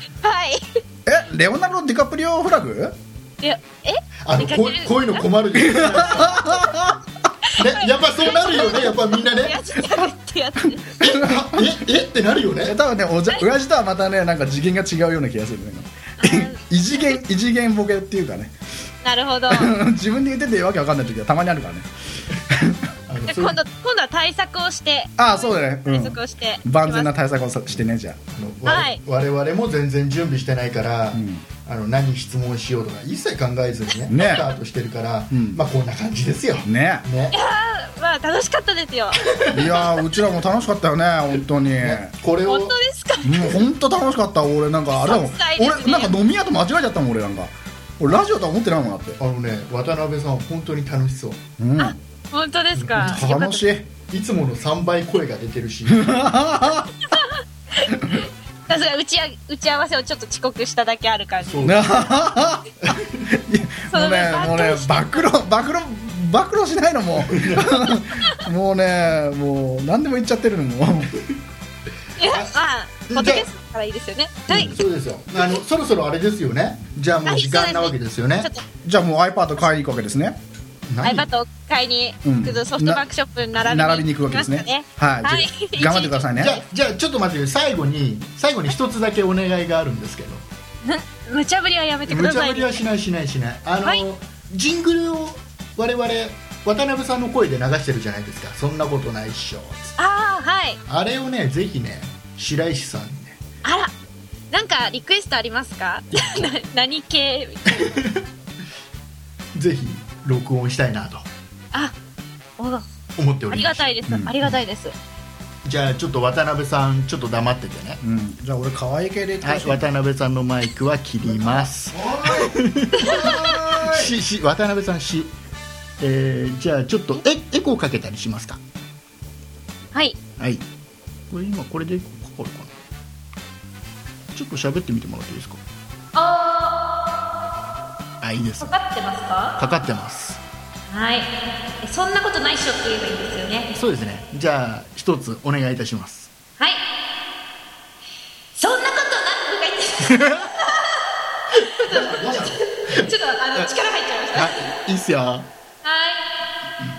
Speaker 2: えレオナルド・ディカプリオフラグ
Speaker 3: いやえ
Speaker 1: あの
Speaker 3: 出か
Speaker 1: こう
Speaker 3: ける
Speaker 1: こういうの困 るよねやっぱそうなるよねやっぱみんなね
Speaker 3: やちたってやつです
Speaker 1: えあええってなるよね
Speaker 2: え多分ねおじゃ親父とはまたねなんか次元が違うような気がするね異次元異次元ボケっていうかね
Speaker 3: なるほど
Speaker 2: 自分で言っててわけわかんない時はたまにあるからね
Speaker 1: あの
Speaker 3: じゃあ
Speaker 1: そういう
Speaker 3: 今度今度は対策をして
Speaker 2: ああそうだね、う
Speaker 3: 対策を
Speaker 2: ん、
Speaker 3: して、
Speaker 2: 万全な対策をさしてねじゃ
Speaker 1: あの
Speaker 3: はい
Speaker 1: 我我々も全然準備してないから、
Speaker 2: ん
Speaker 1: あの何質問しようとか一切考えずにね
Speaker 2: ね
Speaker 1: スタートしてるから、
Speaker 2: うん
Speaker 1: まあこんな感じですよ、
Speaker 2: あね
Speaker 1: ね
Speaker 3: まあ楽しかったですよ
Speaker 2: いやーうちらも楽しかったよね本当に
Speaker 1: ねこれを
Speaker 3: 本当ですか
Speaker 2: もう本当楽しかった俺なんかあれだもん、
Speaker 3: そうしたいですね
Speaker 2: 俺なんか飲み屋と間違えちゃったもん俺なんか俺ラジオとは思ってないもんだって
Speaker 1: あのね渡辺さん本当に楽しそう
Speaker 2: うん
Speaker 3: 本当ですか
Speaker 2: 楽しい
Speaker 1: いつもの3倍声が出てるし
Speaker 3: さすが打ちあ打ち合わせをちょっと遅刻しただけある感じ
Speaker 1: そう
Speaker 2: ないや
Speaker 3: そ
Speaker 2: もう
Speaker 3: の
Speaker 2: ね
Speaker 3: ね
Speaker 2: もうね暴露暴露暴露しないのもう もうねもう何でも言っちゃってるのもう
Speaker 3: いやまあポッドキャストからいいですよねはい、ちょ
Speaker 1: そうですよあのそろそろあれですよねじゃあもう時間なわけですよね
Speaker 3: っと
Speaker 2: じゃあもう iPad 買いに行くわけですね
Speaker 1: 何
Speaker 3: iPad を買いに、
Speaker 2: うん
Speaker 3: ソフトバンクショップに並びに
Speaker 2: 並びに行くわけですね
Speaker 3: 行きました
Speaker 2: はい、
Speaker 3: ねはい、
Speaker 2: じゃあ頑張ってください
Speaker 1: じゃあ
Speaker 2: ね
Speaker 1: じゃあちょっと待って最後に最後に一つだけお願いがあるんですけど
Speaker 3: 無茶ぶりはやめてく
Speaker 1: 無
Speaker 3: だ
Speaker 1: 茶
Speaker 3: さ
Speaker 1: ぶ
Speaker 3: い
Speaker 1: りはしないしないしないあの、
Speaker 3: はい
Speaker 1: ジングルを我々渡辺さんの声で流してるじゃないですかそんなことないっしょつって
Speaker 3: ああはい
Speaker 1: あれをねぜひね白石さんにね
Speaker 3: あらなんかリクエストありますか な何系
Speaker 1: ぜひ録音したいなと
Speaker 3: あおあ
Speaker 1: 思っており
Speaker 3: り
Speaker 1: ま
Speaker 3: が
Speaker 1: す
Speaker 3: たいです、
Speaker 2: うん
Speaker 3: ありがたいです
Speaker 1: じゃあちょっと渡辺さんちょっと黙っててね
Speaker 2: うん、じゃあ俺可愛い系で言って
Speaker 1: はい
Speaker 2: ほしい
Speaker 1: 渡辺さんのマイクは切りますしし渡辺さんしえー、じゃあちょっとえエコーかけたりしますか
Speaker 3: はい
Speaker 1: はいこれ今これでかかるかなちょっと喋ってみてもらっていいですかあいいです
Speaker 3: 分かってますか
Speaker 1: かかってます
Speaker 3: はいそんなことないっしょって言えばいいんですよね
Speaker 1: そうですねじゃあ一つお願いいたします
Speaker 3: はい。そんなことなく言って。ちょっとあの力入っちゃいました。はい。
Speaker 1: はいいいっすよ
Speaker 3: そんなことな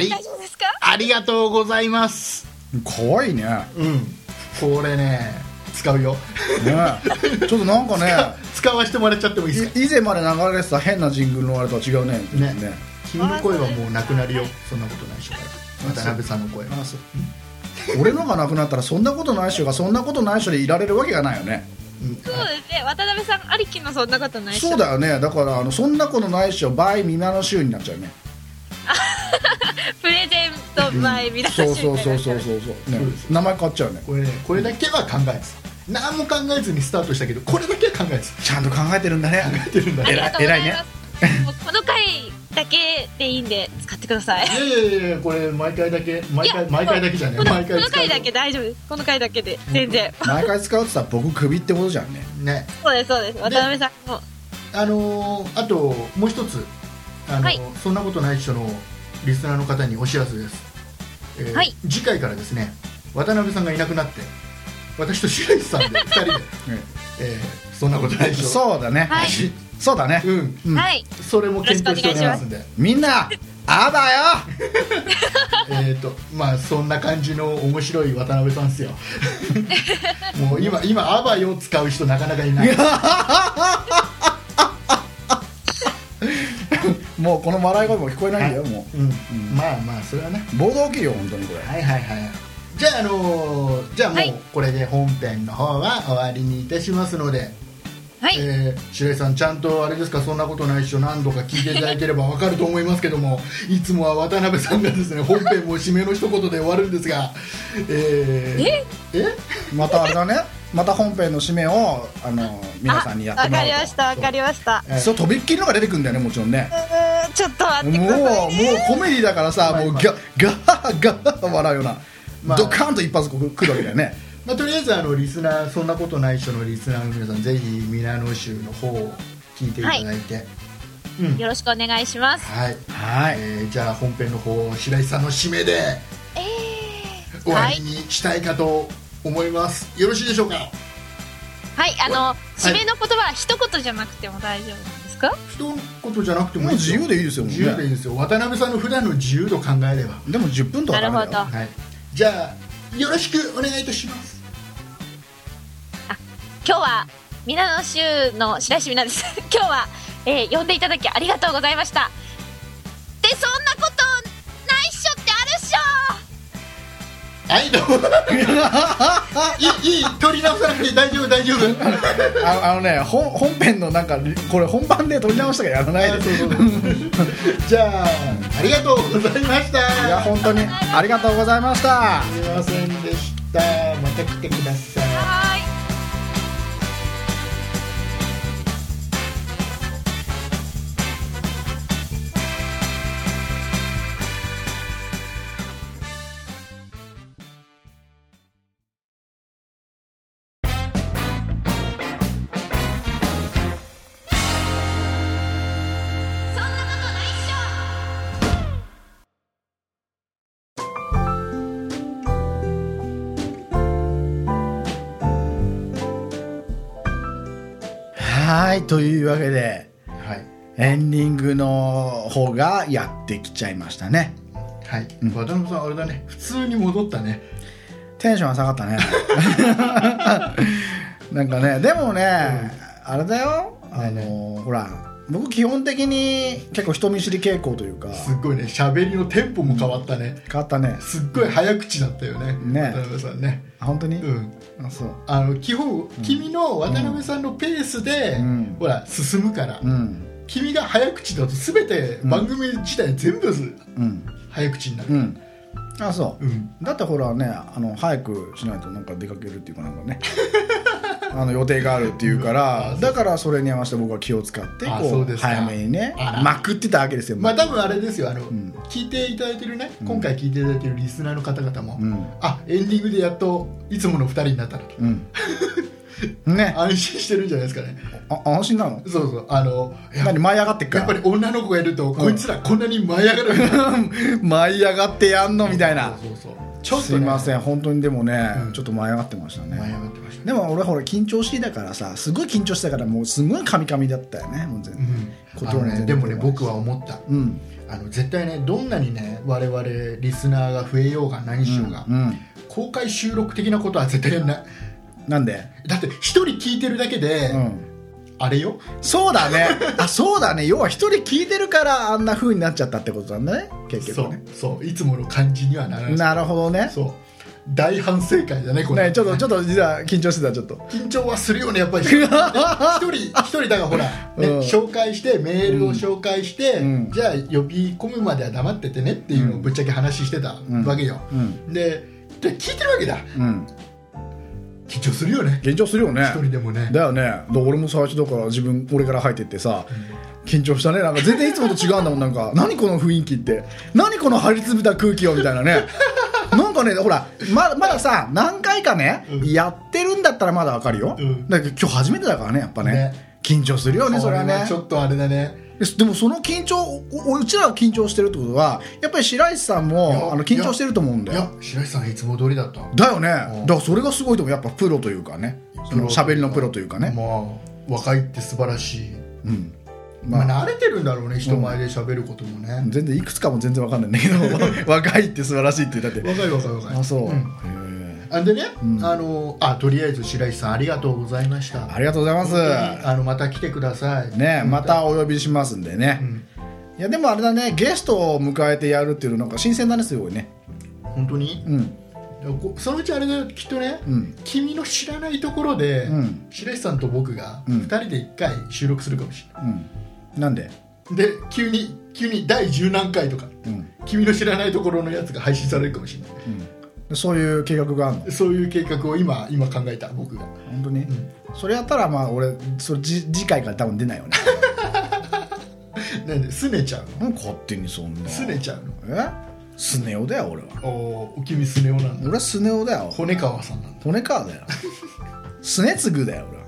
Speaker 3: いっし
Speaker 1: あり
Speaker 3: ょ。大丈夫ですか
Speaker 1: ありがとうございます
Speaker 2: 可愛いねね
Speaker 1: うんこれね使うよ
Speaker 2: ちょっとなんかね
Speaker 1: 使わせてもらっちゃってもいいですか
Speaker 2: い以前まで流れてた変なジングルのあれとは違うね
Speaker 1: ね君の声はもうなくなるよそんなことないでしょ渡辺さんの声は
Speaker 2: あそう俺のがなくなったらそんなことないっしょがそんなことないっしょでいられるわけがないよね
Speaker 1: うん
Speaker 3: そうですね渡辺さんありきのそんなことないっしょ
Speaker 2: そうだよねだからあのそんなことないっしょバイ皆の衆になっちゃうね
Speaker 3: プレゼント前みたいな
Speaker 2: そうそうそうそうそうそう、ね
Speaker 1: そうです、
Speaker 2: 名前変わっちゃうね
Speaker 1: これねこれだけは考えず何も考えずにスタートしたけどこれだけは考えず
Speaker 2: ちゃんと考えてるんだね
Speaker 1: 考えてるんだ
Speaker 3: あり
Speaker 1: ね
Speaker 3: がとうござ
Speaker 2: 偉い
Speaker 3: い
Speaker 2: ね
Speaker 3: ます、もうこの回だけでいいんで使ってください
Speaker 1: いやいやいやこれ毎回だけ毎
Speaker 3: いや
Speaker 1: 回毎回だけじゃね
Speaker 3: この
Speaker 1: 毎
Speaker 3: こ
Speaker 1: 回
Speaker 3: の
Speaker 1: 使う
Speaker 3: 回だけ大丈夫ですこの回だけで全然、
Speaker 2: 毎回使うって言ったら僕クビってことじゃ んね
Speaker 1: ね
Speaker 3: そうですそうです渡辺さんも
Speaker 1: あのーあともう一つあの、
Speaker 3: はい
Speaker 1: そんなことない人のリスナーの方にお知らせです、えー
Speaker 3: はい
Speaker 1: 次回からですね渡辺さんがいなくなって私と白石さんで 2人で、えーそんなことない人
Speaker 2: そうだね、
Speaker 3: はい
Speaker 2: そうだね、
Speaker 1: うん
Speaker 2: うん
Speaker 3: はい
Speaker 1: それも検討しておりますんで
Speaker 2: みんなあだよ
Speaker 1: えっ、とまあそんな感じの面白い渡辺さんです よもう今今アバよを使う人なかなかいない
Speaker 2: もうこの笑い声も聞こえないんだよ、も
Speaker 1: うん、まあまあそれはね
Speaker 2: う暴動起きるよ本当にこれ
Speaker 1: はいはいはいじゃああのーじゃあも
Speaker 3: は
Speaker 1: う
Speaker 3: い
Speaker 1: これで本編の方は終わりにいたしますので、
Speaker 3: はい、
Speaker 1: えー白井さんちゃんとあれですかそんなことないっしょ何度か聞いていただければわかると思いますけども いつもは渡辺さんがですね本編も締めの一言で終わるんですがえー、ええ
Speaker 2: またあれだねまた本編の締めをあの皆さんにやってもらおう
Speaker 3: あわかりましたわかりました
Speaker 1: ました
Speaker 2: そうとびっきりのが出てくるんだよねもちろんね
Speaker 3: うーんちょっと待
Speaker 2: も
Speaker 3: っ
Speaker 2: う
Speaker 3: て
Speaker 2: も
Speaker 3: く
Speaker 2: う
Speaker 3: ださいね
Speaker 2: コメディだからさ
Speaker 1: まあ
Speaker 2: もうガガッガッ笑うような、
Speaker 1: まあ
Speaker 2: ドカーンと一発こう来るわけだよね
Speaker 1: まあ、とりあえずあのリスナーそんなことないっしょのリスナーの皆さんぜひミラノ州の方を聞いていただいて、うん
Speaker 3: よろしくお願いします
Speaker 1: はい、
Speaker 2: は
Speaker 1: えーじゃあ本編の方白井さんの締めで
Speaker 3: えー
Speaker 1: 終わ
Speaker 3: は
Speaker 1: り
Speaker 3: い
Speaker 1: にしたいかと思います、よろしいでしょうか
Speaker 3: はいあの締めの言葉は一言じゃなくても大丈夫なんですか
Speaker 1: 一言じゃなくても
Speaker 2: もう自由でいいですよもう
Speaker 1: 自
Speaker 2: ね
Speaker 1: 由でいいですよ渡辺さんの普段の自由度考えれば、
Speaker 2: でも10分とはダメだよ
Speaker 3: なるほど
Speaker 1: はい、じゃあよろしくお願いいたします
Speaker 3: 今日は皆の州の白石みなです 今日は、えー呼んでいただきありがとうございましたでそんなことないっしょってあるっしょ
Speaker 1: はいど うもいいいい取り直さなくて大丈夫大丈夫
Speaker 2: ああのね本本編のなんかこれ本番で撮り直したからやらないで
Speaker 1: あそうそうそうじゃあありがとうございました
Speaker 2: いや本当にありがとうございました
Speaker 1: すみませんでしたまた来てください
Speaker 3: はーいそんなことないっしょ
Speaker 2: はいというわけで
Speaker 1: はい
Speaker 2: エンディングの方がやってきちゃいましたね
Speaker 1: はい、渡辺さんあれだね普通に戻ったね
Speaker 2: テンション下が ったねなんかねでもね、あれだよあの、
Speaker 1: ね
Speaker 2: ほら僕基本的に結構人見知り傾向というか
Speaker 1: すっごいね喋りのテンポも変わったね
Speaker 2: 変わったね
Speaker 1: すっごい早口だったよね
Speaker 2: ね
Speaker 1: 渡辺さんね
Speaker 2: あ本当に、
Speaker 1: うん
Speaker 2: あそう
Speaker 1: あの基本、君の渡辺さんのペースで、
Speaker 2: うん
Speaker 1: ほら進むから、
Speaker 2: うん
Speaker 1: 君が早口だと全て番組自体全部
Speaker 2: うん
Speaker 1: 早口になる、
Speaker 2: うんあそう、
Speaker 1: うん
Speaker 2: だってほらねあの早くしないとなんか出かけるっていうかなんかね あの予定があるっていうからだからそれに合わせて僕は気を使って
Speaker 1: あそ
Speaker 2: こ
Speaker 1: う
Speaker 2: う
Speaker 1: ですか
Speaker 2: 早めにね
Speaker 1: あら
Speaker 2: まくってたわけですよ、
Speaker 1: まあ多分あれですよあの、
Speaker 2: ん
Speaker 1: 聞いていただいてるね今回聞いていただいてるリスナーの方々も、
Speaker 2: うん
Speaker 1: あエンディングでやっといつもの2人になったなと
Speaker 2: うんね
Speaker 1: 安心してるんじゃないですかね
Speaker 2: あ安心なの
Speaker 1: そうそうあのや
Speaker 2: 何舞い上がってっか
Speaker 1: やっ
Speaker 2: ら
Speaker 1: ぱり女の子がいると、こいつらこんなに舞い上がるみたいな
Speaker 2: 舞い上がってやんのみたいな
Speaker 1: そうそうそうちょっと、ね、
Speaker 2: すいませ
Speaker 1: ん
Speaker 2: ん本当にでもね、
Speaker 1: うん
Speaker 2: ちょっと舞い上がってました
Speaker 1: 舞い上
Speaker 2: ね
Speaker 1: がってましたね
Speaker 2: でも俺ほら緊張しいだからさすごい緊張してたからもうすごいカミカミだったよねもう全
Speaker 1: うん
Speaker 2: 然、
Speaker 1: あのねでもね僕は思った
Speaker 2: うん、
Speaker 1: ああの絶対ねどんなにね我々リスナーが増えようが何しようが、
Speaker 2: うん、
Speaker 1: 公開収録的なことは絶対やんない
Speaker 2: なんで、
Speaker 1: だって一人聞いてるだけで、
Speaker 2: うん、
Speaker 1: あれよ
Speaker 2: そうだねあそうだね要は一人聞いてるからあんな風になっちゃったってことなんだね結
Speaker 1: そ
Speaker 2: 局
Speaker 1: う
Speaker 2: ね
Speaker 1: そういつもの感じにはならない
Speaker 2: なるほどね
Speaker 1: そう大反省会だねこれ
Speaker 2: ねちょっとちょっと実は緊張してたちょっと
Speaker 1: 緊張はするよねや っぱり一人一人だからほら、ね
Speaker 2: うん
Speaker 1: 紹介してメールを紹介して、
Speaker 2: うん
Speaker 1: じゃあ呼び込むまでは黙っててねっていうのをぶっちゃけ話してた
Speaker 2: ん
Speaker 1: わけよ、
Speaker 2: うん
Speaker 1: でで聞いてるわけだ
Speaker 2: うん
Speaker 1: 緊張するよね
Speaker 2: 緊張するよね
Speaker 1: 一人でもね
Speaker 2: だよねだ俺も最初だから自分俺から入ってってさ、緊張したねなんか全然いつもと違うんだもんなんか何この雰囲気って何この張り詰めた空気よみたいなねなんかねほらままださ何回かね、
Speaker 1: うん
Speaker 2: やってるんだったらまだわかるよ、
Speaker 1: うん
Speaker 2: だけど今日初めてだからねやっぱね
Speaker 1: ね
Speaker 2: 緊張するよねそれはね
Speaker 1: ちょっとあれだね
Speaker 2: ででもその緊張おおうちらが緊張してるってことはやっぱり白石さん
Speaker 1: いや
Speaker 2: もあの緊張してると思うん
Speaker 1: い
Speaker 2: だよ
Speaker 1: や白石さんいつも通りだった
Speaker 2: だよねだ
Speaker 1: うん
Speaker 2: からそれがすごいと思うやっぱプロというかねその喋りのプロというかね、
Speaker 1: まあ若いって素晴らしい
Speaker 2: うん
Speaker 1: まあ慣れてるんだろうね人前で喋ることもね、
Speaker 2: 全然いくつかも全然わかんないんだ けど若いって素晴らしいってだって
Speaker 1: 若い若い若い
Speaker 2: あそう、
Speaker 1: ん
Speaker 2: へえ
Speaker 1: あでね、
Speaker 2: うん
Speaker 1: あのあとりあえず白石さんありがとうございました
Speaker 2: ありがとうございます
Speaker 1: あのまた来てください
Speaker 2: ねまたお呼びしますんでね、
Speaker 1: うん
Speaker 2: いやでもあれだねゲストを迎えてやるっていうのなんか新鮮だねすごいね
Speaker 1: 本当に
Speaker 2: うん
Speaker 1: こそのうちあれだよきっとね、
Speaker 2: うん
Speaker 1: 君の知らないところで、
Speaker 2: うん
Speaker 1: 白石さんと僕が
Speaker 2: うん
Speaker 1: 2人で1回収録するかもしれ
Speaker 2: うんなんで
Speaker 1: ない、で急に急に第十何回とか
Speaker 2: うん、
Speaker 1: 君の知らないところのやつが配信されるかもしれな
Speaker 2: うんで、そういう計画があるの
Speaker 1: いそういう計画を今今考えた僕が
Speaker 2: 本当に、
Speaker 1: ん
Speaker 2: それやったらまあ俺それじ次回から多分出ないよね
Speaker 1: なんで拗ねちゃうの
Speaker 2: なん勝手にそんな
Speaker 1: 拗ねちゃうの
Speaker 2: えスネ夫だよ俺は
Speaker 1: おーお君スネ夫なんだ
Speaker 2: 俺はスネ夫だよ
Speaker 1: 骨川さんなんだ
Speaker 2: 骨川だよすねつぐだよ俺は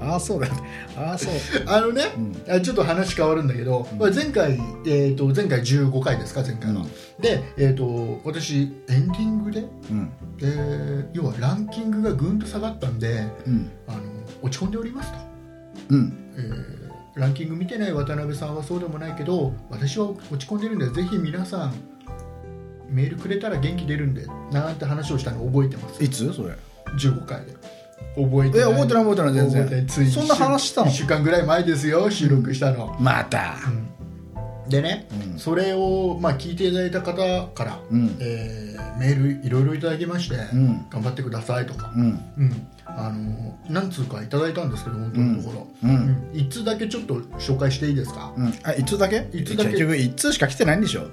Speaker 2: ああそうだよああそう
Speaker 1: あのね、あちょっと話変わるんだけど、まあ前回、えー、と前回15回ですか前回は、
Speaker 2: うん
Speaker 1: で、えー、と私エンディングで、
Speaker 2: うん
Speaker 1: えー要はランキングがぐんと下がったんで
Speaker 2: うん
Speaker 1: あの落ち込んでおりますと、
Speaker 2: うん
Speaker 1: えーランキング見てない渡辺さんはそうでもないけど私は落ち込んでるんでぜひ皆さんメールくれたら元気出るんでなんて話をしたの覚えてます
Speaker 2: いつそれ
Speaker 1: 15回で覚えて
Speaker 2: いや覚えてない覚えてない全然
Speaker 1: 覚えてつい
Speaker 2: そんな話したの
Speaker 1: 1週間ぐらい前ですよ収録したの、
Speaker 2: また
Speaker 1: でね、
Speaker 2: うん
Speaker 1: それを、まあ、聞いていただいた方から、
Speaker 2: うん
Speaker 1: えーメールいろいろいただきまして、
Speaker 2: ん
Speaker 1: 頑張ってくださいとか、
Speaker 2: うん
Speaker 1: うんあの何通かいただいたんですけど本当のところ、
Speaker 2: うんうん
Speaker 1: 1通だけちょっと紹介していいですか、
Speaker 2: うんあいつだけ
Speaker 1: いつだけ
Speaker 2: 結局いつしか来てないんでしょ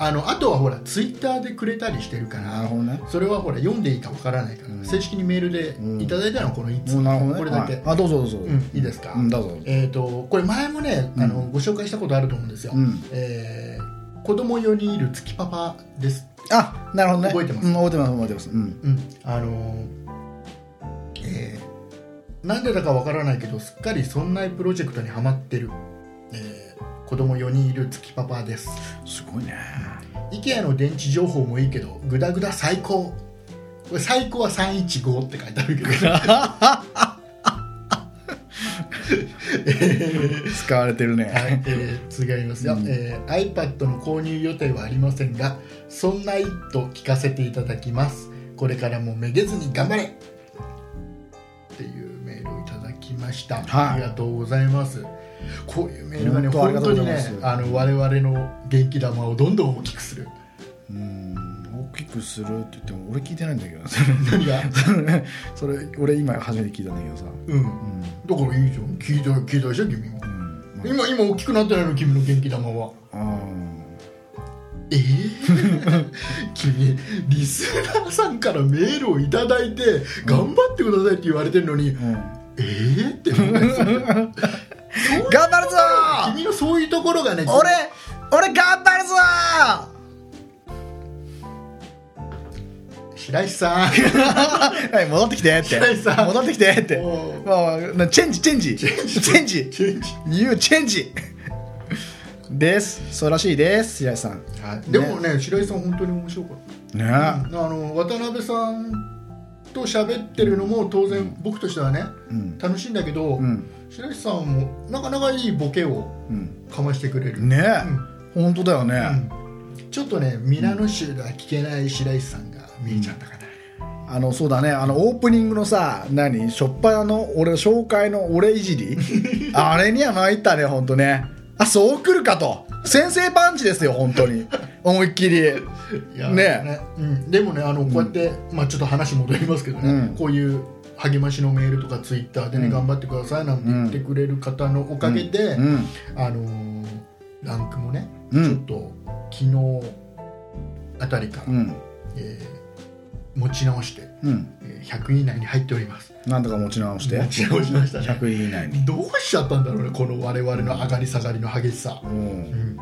Speaker 1: あのあとはほらツイッターでくれたりしてるか
Speaker 2: な
Speaker 1: ら
Speaker 2: るほどね
Speaker 1: それはほら読んでいいかわからないから、
Speaker 2: うん
Speaker 1: 正式にメールでいただいたのはこの1通、
Speaker 2: もうなるほどね
Speaker 1: これだけ、
Speaker 2: はいあどうぞどうぞ、
Speaker 1: うんいいですか
Speaker 2: うんどうぞ
Speaker 1: えー、とこれ前もねあの、ご紹介したことあると思うんですよ、
Speaker 2: うん
Speaker 1: えー子供4人いる月パパです
Speaker 2: あなるほどね
Speaker 1: 覚えてます
Speaker 2: うん、覚えてます覚えてますうん
Speaker 1: うん、あのーえーなんでだかわからないけどすっかりそんなプロジェクトにはまってる、えー子供4人いる月パパです
Speaker 2: すごい ね
Speaker 1: IKEA の電池情報もいいけどグダグダ最高これ最高は315って書いてあるけど
Speaker 2: 使われてるね、
Speaker 1: はい、えー、次ありますよ、えー iPad の購入予定はありませんがそんな一途聞かせていただきますこれからもめげずに頑張れっていうメールをいただきました、
Speaker 2: はい
Speaker 1: ありがとうございますこういうメールがね
Speaker 2: 本当あ
Speaker 1: 本当
Speaker 2: りがとう
Speaker 1: に
Speaker 2: ございま
Speaker 1: ね
Speaker 2: す
Speaker 1: あの我々の元気玉をどんどん大きくする
Speaker 2: うん大きくするって言っても俺聞いてないんだけど
Speaker 1: 何が
Speaker 2: それそれ俺今初めて聞いたんだけどさ
Speaker 1: うん
Speaker 2: うん
Speaker 1: だからいいじゃん聞いた聞いたでしょ君も
Speaker 2: うん
Speaker 1: 今今大きくなってないの君の元気玉は
Speaker 2: うん
Speaker 1: えー、 君リスナーさんからメールをいただいて頑張ってくださいって言われてるのに、
Speaker 2: うん
Speaker 1: えーって思うんですよ
Speaker 2: 頑 張るぞ
Speaker 1: 君のそういうところがね
Speaker 2: ー俺俺頑張るぞ
Speaker 1: 白石さ ん
Speaker 2: ー はい戻ってきてっ
Speaker 1: 白
Speaker 2: て
Speaker 1: 石さん
Speaker 2: 戻ってきてって
Speaker 1: おう
Speaker 2: まあなチェンジチェンジチェンジチェンジ
Speaker 1: チェンジ
Speaker 2: You チェンジですそうらしいです白石さん
Speaker 1: はいでもね白石さん本当に面白かった
Speaker 2: ね
Speaker 1: あの渡辺さんと喋ってるのも当然僕としてはね
Speaker 2: うん
Speaker 1: 楽しいんだけど、
Speaker 2: うん
Speaker 1: 白石さんもなかなかいいボケを
Speaker 2: うん
Speaker 1: かましてくれる、
Speaker 2: ねえ、本当だよね、
Speaker 1: うんちょっとねミラノ州では聞けない白石さんが見えちゃったかな、
Speaker 2: あのそうだねあのオープニングのさ何初っ端の俺紹介の俺い じりあれには参ったね本当ねあそう来るかと先制パンチですよ本当に思いっきり
Speaker 1: いや
Speaker 2: ね
Speaker 1: うん、でもねあのこうやって、まあ、ちょっと話戻りますけどね、
Speaker 2: うん
Speaker 1: こういう励ましのメールとかツイッターでね、
Speaker 2: うん
Speaker 1: 頑張ってくださいなんて言ってくれる方のおかげで、
Speaker 2: うん
Speaker 1: あのーランクもね、
Speaker 2: うん
Speaker 1: ちょっと昨日あたりから、
Speaker 2: うん
Speaker 1: えー持ち直して、
Speaker 2: うん
Speaker 1: えー100位以内に入っております
Speaker 2: なんとか持ち直して
Speaker 1: 持ち直しましたね
Speaker 2: 100位以内に
Speaker 1: どうしちゃったんだろうねこの我々の上がり下がりの激しさ、
Speaker 2: うん
Speaker 1: うん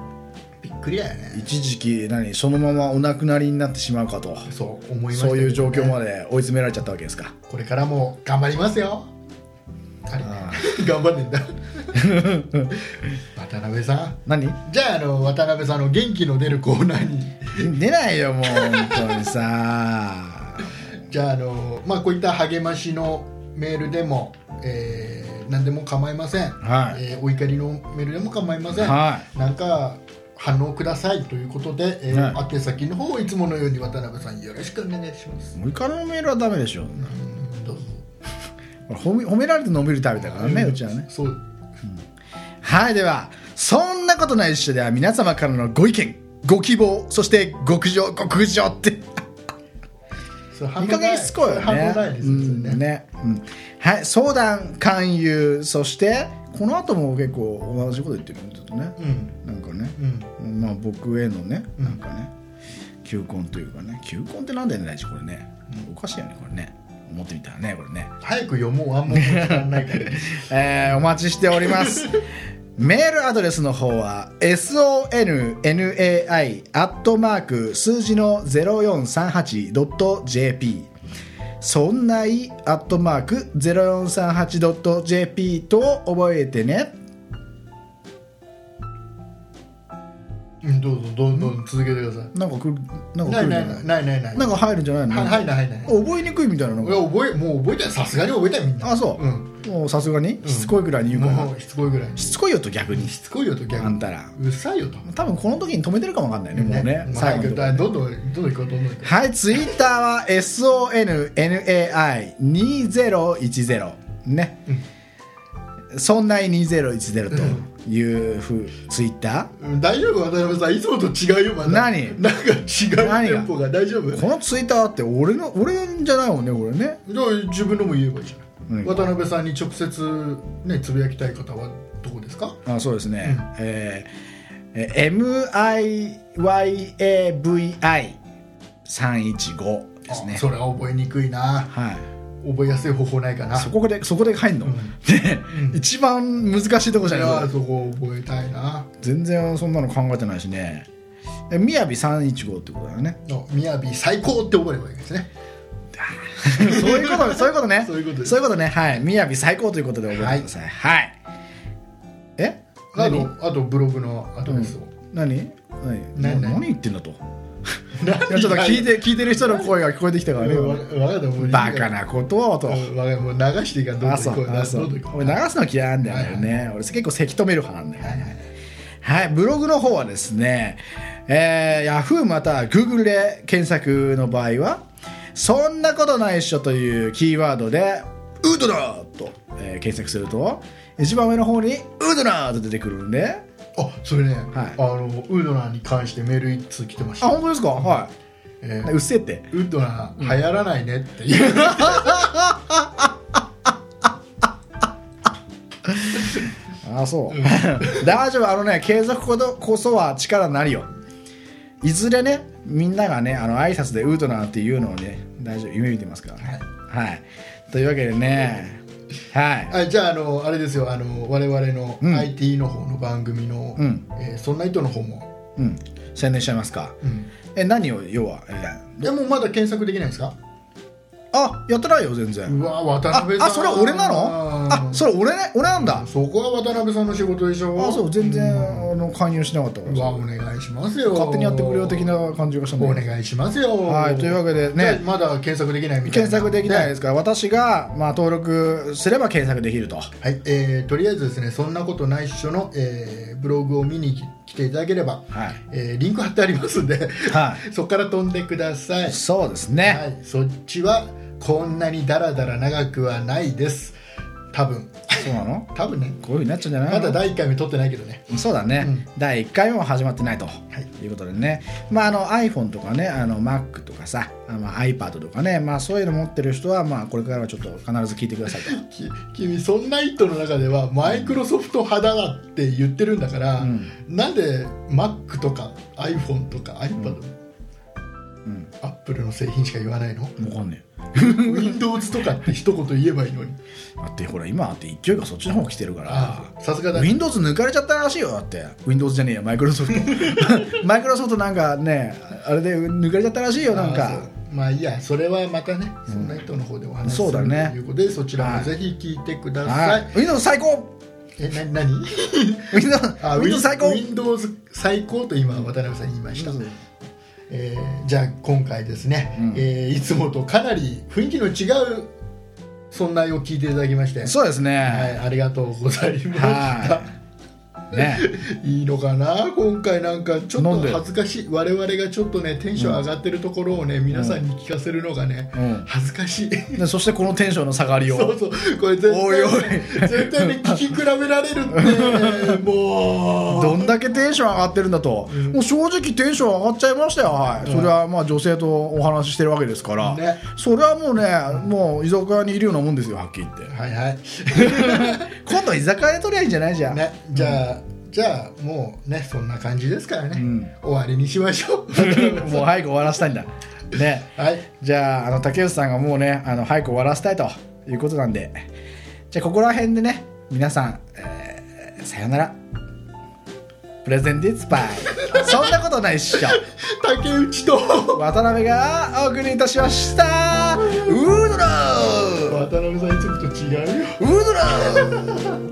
Speaker 1: びっくりだよね
Speaker 2: 一時期何そのままお亡くなりになってしまうかと
Speaker 1: そう思いましたけどね
Speaker 2: そういう状況まで追い詰められちゃったわけですか
Speaker 1: これからも頑張りますよあれ
Speaker 2: あ
Speaker 1: 頑張んねえんだ渡辺さん
Speaker 2: 何
Speaker 1: じゃああの渡辺さんの元気の出るコーナーに
Speaker 2: 出ないよもう本当に さ
Speaker 1: じゃああの、まあ、こういった励ましのメールでも、えー何でも構いません、
Speaker 2: はい
Speaker 1: えーお怒りのメールでも構いません、
Speaker 2: は
Speaker 1: なんか反応くださいということで、えー
Speaker 2: は
Speaker 1: 宛先の方をいつものように渡辺さんよろしくお願いします
Speaker 2: いもう怒りのメールはダメでしょ
Speaker 1: うんどうぞ
Speaker 2: 褒め褒められて伸びるタイプだからねうちはね
Speaker 1: そう
Speaker 2: はいではそんなことないっしょでは皆様からのご意見ご希望そしてご苦情ご苦情って
Speaker 1: それ反応
Speaker 2: いい加減しつこいよね
Speaker 1: 反応ないですよね,、
Speaker 2: うんねうんはい相談勧誘そしてこの後も結構同じこと言ってるんだとね
Speaker 1: うん
Speaker 2: なんかね
Speaker 1: うん
Speaker 2: まあ僕へのね
Speaker 1: うん
Speaker 2: なんかね求婚というかね求婚ってなんだよね大地これねおかしいよねこれね思ってみたらねこれね
Speaker 1: 早く読もうあんまり時間ないから、ね、
Speaker 2: えーお待ちしておりますメールアドレスの方は sonnai アットマーク数字の 0438.jp そんないアットマーク 0438.jp と覚えてね
Speaker 1: うんどうぞどうぞどうぞ続けてくださ
Speaker 2: なんかくるなん
Speaker 1: い
Speaker 2: か
Speaker 1: な
Speaker 2: 来る
Speaker 1: い
Speaker 2: んじ
Speaker 1: な
Speaker 2: ゃ
Speaker 1: いないな
Speaker 2: ない
Speaker 1: いない
Speaker 2: なんか入るんじゃないの
Speaker 1: は
Speaker 2: なん
Speaker 1: はいないないない
Speaker 2: か覚えにくいみたいなの
Speaker 1: いや覚えもう覚えてないさすがに覚えてないみんな
Speaker 2: あそう、
Speaker 1: うん
Speaker 2: もうさすがにしつこいくらいに言うから、
Speaker 1: もうしつこいぐらいに
Speaker 2: しつこいよと逆に
Speaker 1: しつこいよと逆
Speaker 2: あん
Speaker 1: に
Speaker 2: たら
Speaker 1: うるさいよと
Speaker 2: 多分この時に止めてるかもわかんないねもうね
Speaker 1: まあ
Speaker 2: 最後
Speaker 1: 早
Speaker 2: の
Speaker 1: く
Speaker 2: と
Speaker 1: ど
Speaker 2: ころね
Speaker 1: んどんどんどん行こうどんどん行こ
Speaker 2: はい、ツイッターは SONNAI2010 ね、そんな2010というふうツイッタ
Speaker 1: ううん大丈夫渡辺さんいつもと違うよまだ
Speaker 2: 何
Speaker 1: なんか違う
Speaker 2: 何が
Speaker 1: テンポが大丈夫
Speaker 2: ーこのツイッターって俺の俺じゃないもんねこれね
Speaker 1: じゃあ自分のも言えばいいじゃない、
Speaker 2: うん
Speaker 1: 渡辺さんに直接ねつぶやきたい方はどこですか
Speaker 2: あそうですね、
Speaker 1: うん
Speaker 2: えーえー MIYAVI315 ですね
Speaker 1: あそれは覚えにくいな
Speaker 2: はい
Speaker 1: 覚えやすい方法ないかな
Speaker 2: そこでそこで入んの、
Speaker 1: うん
Speaker 2: ね一番難しいとこ
Speaker 1: い
Speaker 2: じゃないこれ
Speaker 1: やそこ覚えたいな
Speaker 2: 全然そんなの考えてないしねえみやび315ってことだよね
Speaker 1: の「みやび最高」って覚えればいいですね
Speaker 2: そういうことそういうことね
Speaker 1: そういうことです
Speaker 2: そういうことねはいみやび最高ということで覚えてくださいはい、え
Speaker 1: あ
Speaker 2: 何
Speaker 1: とあとブログのアドレスを、
Speaker 2: 何何
Speaker 1: 何
Speaker 2: 何言ってんだとい
Speaker 1: 何
Speaker 2: やちょっと聞いて聞いてる人の声が聞こえてきたからね
Speaker 1: わわかったもう
Speaker 2: バカなことをと、
Speaker 1: うんわかったもう流していいからどん
Speaker 2: あ
Speaker 1: どん行
Speaker 2: そ
Speaker 1: こう
Speaker 2: うあそ
Speaker 1: どんどん
Speaker 2: う
Speaker 1: 行こう
Speaker 2: 俺流すの嫌いなんだよね、俺結構せき止める派なんだよね、はい、ブログの方はですね、えー、Yahoo または Google で検索の場合は「そんなことないっしょ」というキーワードで「ウードナー」と、えー検索すると一番上の方に「ウードナー」と出てくるんで
Speaker 1: あそれね、
Speaker 2: はい
Speaker 1: あのウードナーに関してメール一通来てまし
Speaker 2: あ
Speaker 1: た、
Speaker 2: 本当ですかは
Speaker 1: え
Speaker 2: い
Speaker 1: ー
Speaker 2: うっせえって
Speaker 1: ウードナー流行らないねっていう、
Speaker 2: ああそう 大丈夫あのね継続こそこそは力なりよいずれねみんながねあの挨拶でウードナーっていうのをね大丈夫夢見てますからはい、はい、というわけでねはい
Speaker 1: あじゃああのあれですよあの我々の
Speaker 2: うん
Speaker 1: IT の方の番組の「
Speaker 2: うん
Speaker 1: えーそんな人」の方も、
Speaker 2: うん、宣伝しちゃいますか。
Speaker 1: うん
Speaker 2: え、何を、要は、え
Speaker 1: でもまだ検索できないんですか
Speaker 2: ーあやってないよ全然
Speaker 1: うわ渡
Speaker 2: あ
Speaker 1: 辺さん
Speaker 2: あそれ俺なのあそれ俺ね俺なんだ
Speaker 1: そこは渡辺さんの仕事でしょ
Speaker 2: あそう全然あの勧誘しなかったから
Speaker 1: うわお願いしますよ
Speaker 2: 勝手にやってくれよ的な感じがしたんだ
Speaker 1: お
Speaker 2: よ
Speaker 1: 願いしますよ
Speaker 2: はいというわけでね
Speaker 1: じゃあまだ検索できないみたいな
Speaker 2: 検索できないで
Speaker 1: ね
Speaker 2: すから、私が、まあ、登録すれば検索できると
Speaker 1: はいえーとりあえずですねそんなことないっしょの、えーブログを見に来ていただければ、
Speaker 2: はい
Speaker 1: えーリンク貼ってありますんで、
Speaker 2: は
Speaker 1: そこから飛んでください
Speaker 2: そうですね、
Speaker 1: はい、そっちはこんなにダラダラ長くはないです多分
Speaker 2: そうなの
Speaker 1: 多分ね
Speaker 2: こういうふうになっちゃうんじゃない
Speaker 1: まだ
Speaker 2: の
Speaker 1: 第1回目撮ってないけどね
Speaker 2: そうだね、
Speaker 1: うん
Speaker 2: 第1回目も始まってないと、い、うことでね、まあ、あの iPhone とかねあの Mac とかさ、あまあ、iPad とかね、まあ、そういうの持ってる人は、まあ、これからはちょっと必ず聞いてくださいと。
Speaker 1: き君そんな意図の中ではマイクロソフト派だって言ってるんだから、
Speaker 2: うん
Speaker 1: なんで Mac とか iPhone とか iPad、
Speaker 2: うん、
Speaker 1: アップルの製品しか言わないの
Speaker 2: わかんねえ
Speaker 1: Windows とかって一言言えばいいのに
Speaker 2: だってほら今だって勢いがそっちの方来てるから
Speaker 1: ああさすがだ
Speaker 2: Windows 抜かれちゃったらしいよだって Windows じゃねえやマイク ロソフトマイクロソフトなんかねあれで抜かれちゃったらしいよな
Speaker 1: あ
Speaker 2: ん
Speaker 1: あ
Speaker 2: か
Speaker 1: そうまあいいやそれはまたねそんな人の方でお話しす
Speaker 2: そ
Speaker 1: る
Speaker 2: う
Speaker 1: と
Speaker 2: だね
Speaker 1: いうことで、そちら
Speaker 2: は
Speaker 1: も
Speaker 2: い
Speaker 1: ぜひ聞いてくださ、
Speaker 2: はいい Windows 最高
Speaker 1: えな何
Speaker 2: Windows,
Speaker 1: あ
Speaker 2: Windows 最高
Speaker 1: Windows 最高と今渡辺さん言いました、
Speaker 2: Windows
Speaker 1: えーじゃあ今回ですね、
Speaker 2: うん
Speaker 1: えーいつもとかなり雰囲気の違うそんなを聞いていただきまして
Speaker 2: そうです
Speaker 1: はい、
Speaker 2: ね
Speaker 1: ありがとうございました、
Speaker 2: はいね
Speaker 1: いいのかな今回なんかちょっ
Speaker 2: なん
Speaker 1: と
Speaker 2: で
Speaker 1: 恥ずかしい我々がちょっとねテンション上がってるところをね、皆さんに聞かせるのがね、
Speaker 2: うん
Speaker 1: 恥ずかしい
Speaker 2: でそしてこのテンションの下がりを
Speaker 1: そうそうこれ絶対
Speaker 2: おいおい
Speaker 1: 絶対に聞き比べられるってもう
Speaker 2: どんだけテンション上がってるんだと、
Speaker 1: ん
Speaker 2: もう正直テンション上がっちゃいましたよ、はい
Speaker 1: うん
Speaker 2: それはまあ女性とお話ししてるわけですから、
Speaker 1: ね
Speaker 2: それはもうねもう居酒屋にいるようなもんですよはっきり言って
Speaker 1: はいはい
Speaker 2: 今度居酒屋で取りゃいいんじゃないじゃん、
Speaker 1: ね、じゃあ、じゃあもうねそんな感じですからね、
Speaker 2: うん
Speaker 1: 終わりにしまし ょう
Speaker 2: もう早く終わらせたいんだね
Speaker 1: はい
Speaker 2: じゃああの竹内さんがもうねあの早く終わらせたいということなんでじゃあここら辺でね皆さん、えーさよならプレゼンディッツパイそんなことないっしょ
Speaker 1: 竹内と
Speaker 2: 渡辺がお送りいたしましたウードロー
Speaker 1: 渡辺さんいつもと違うよ
Speaker 2: ウードロー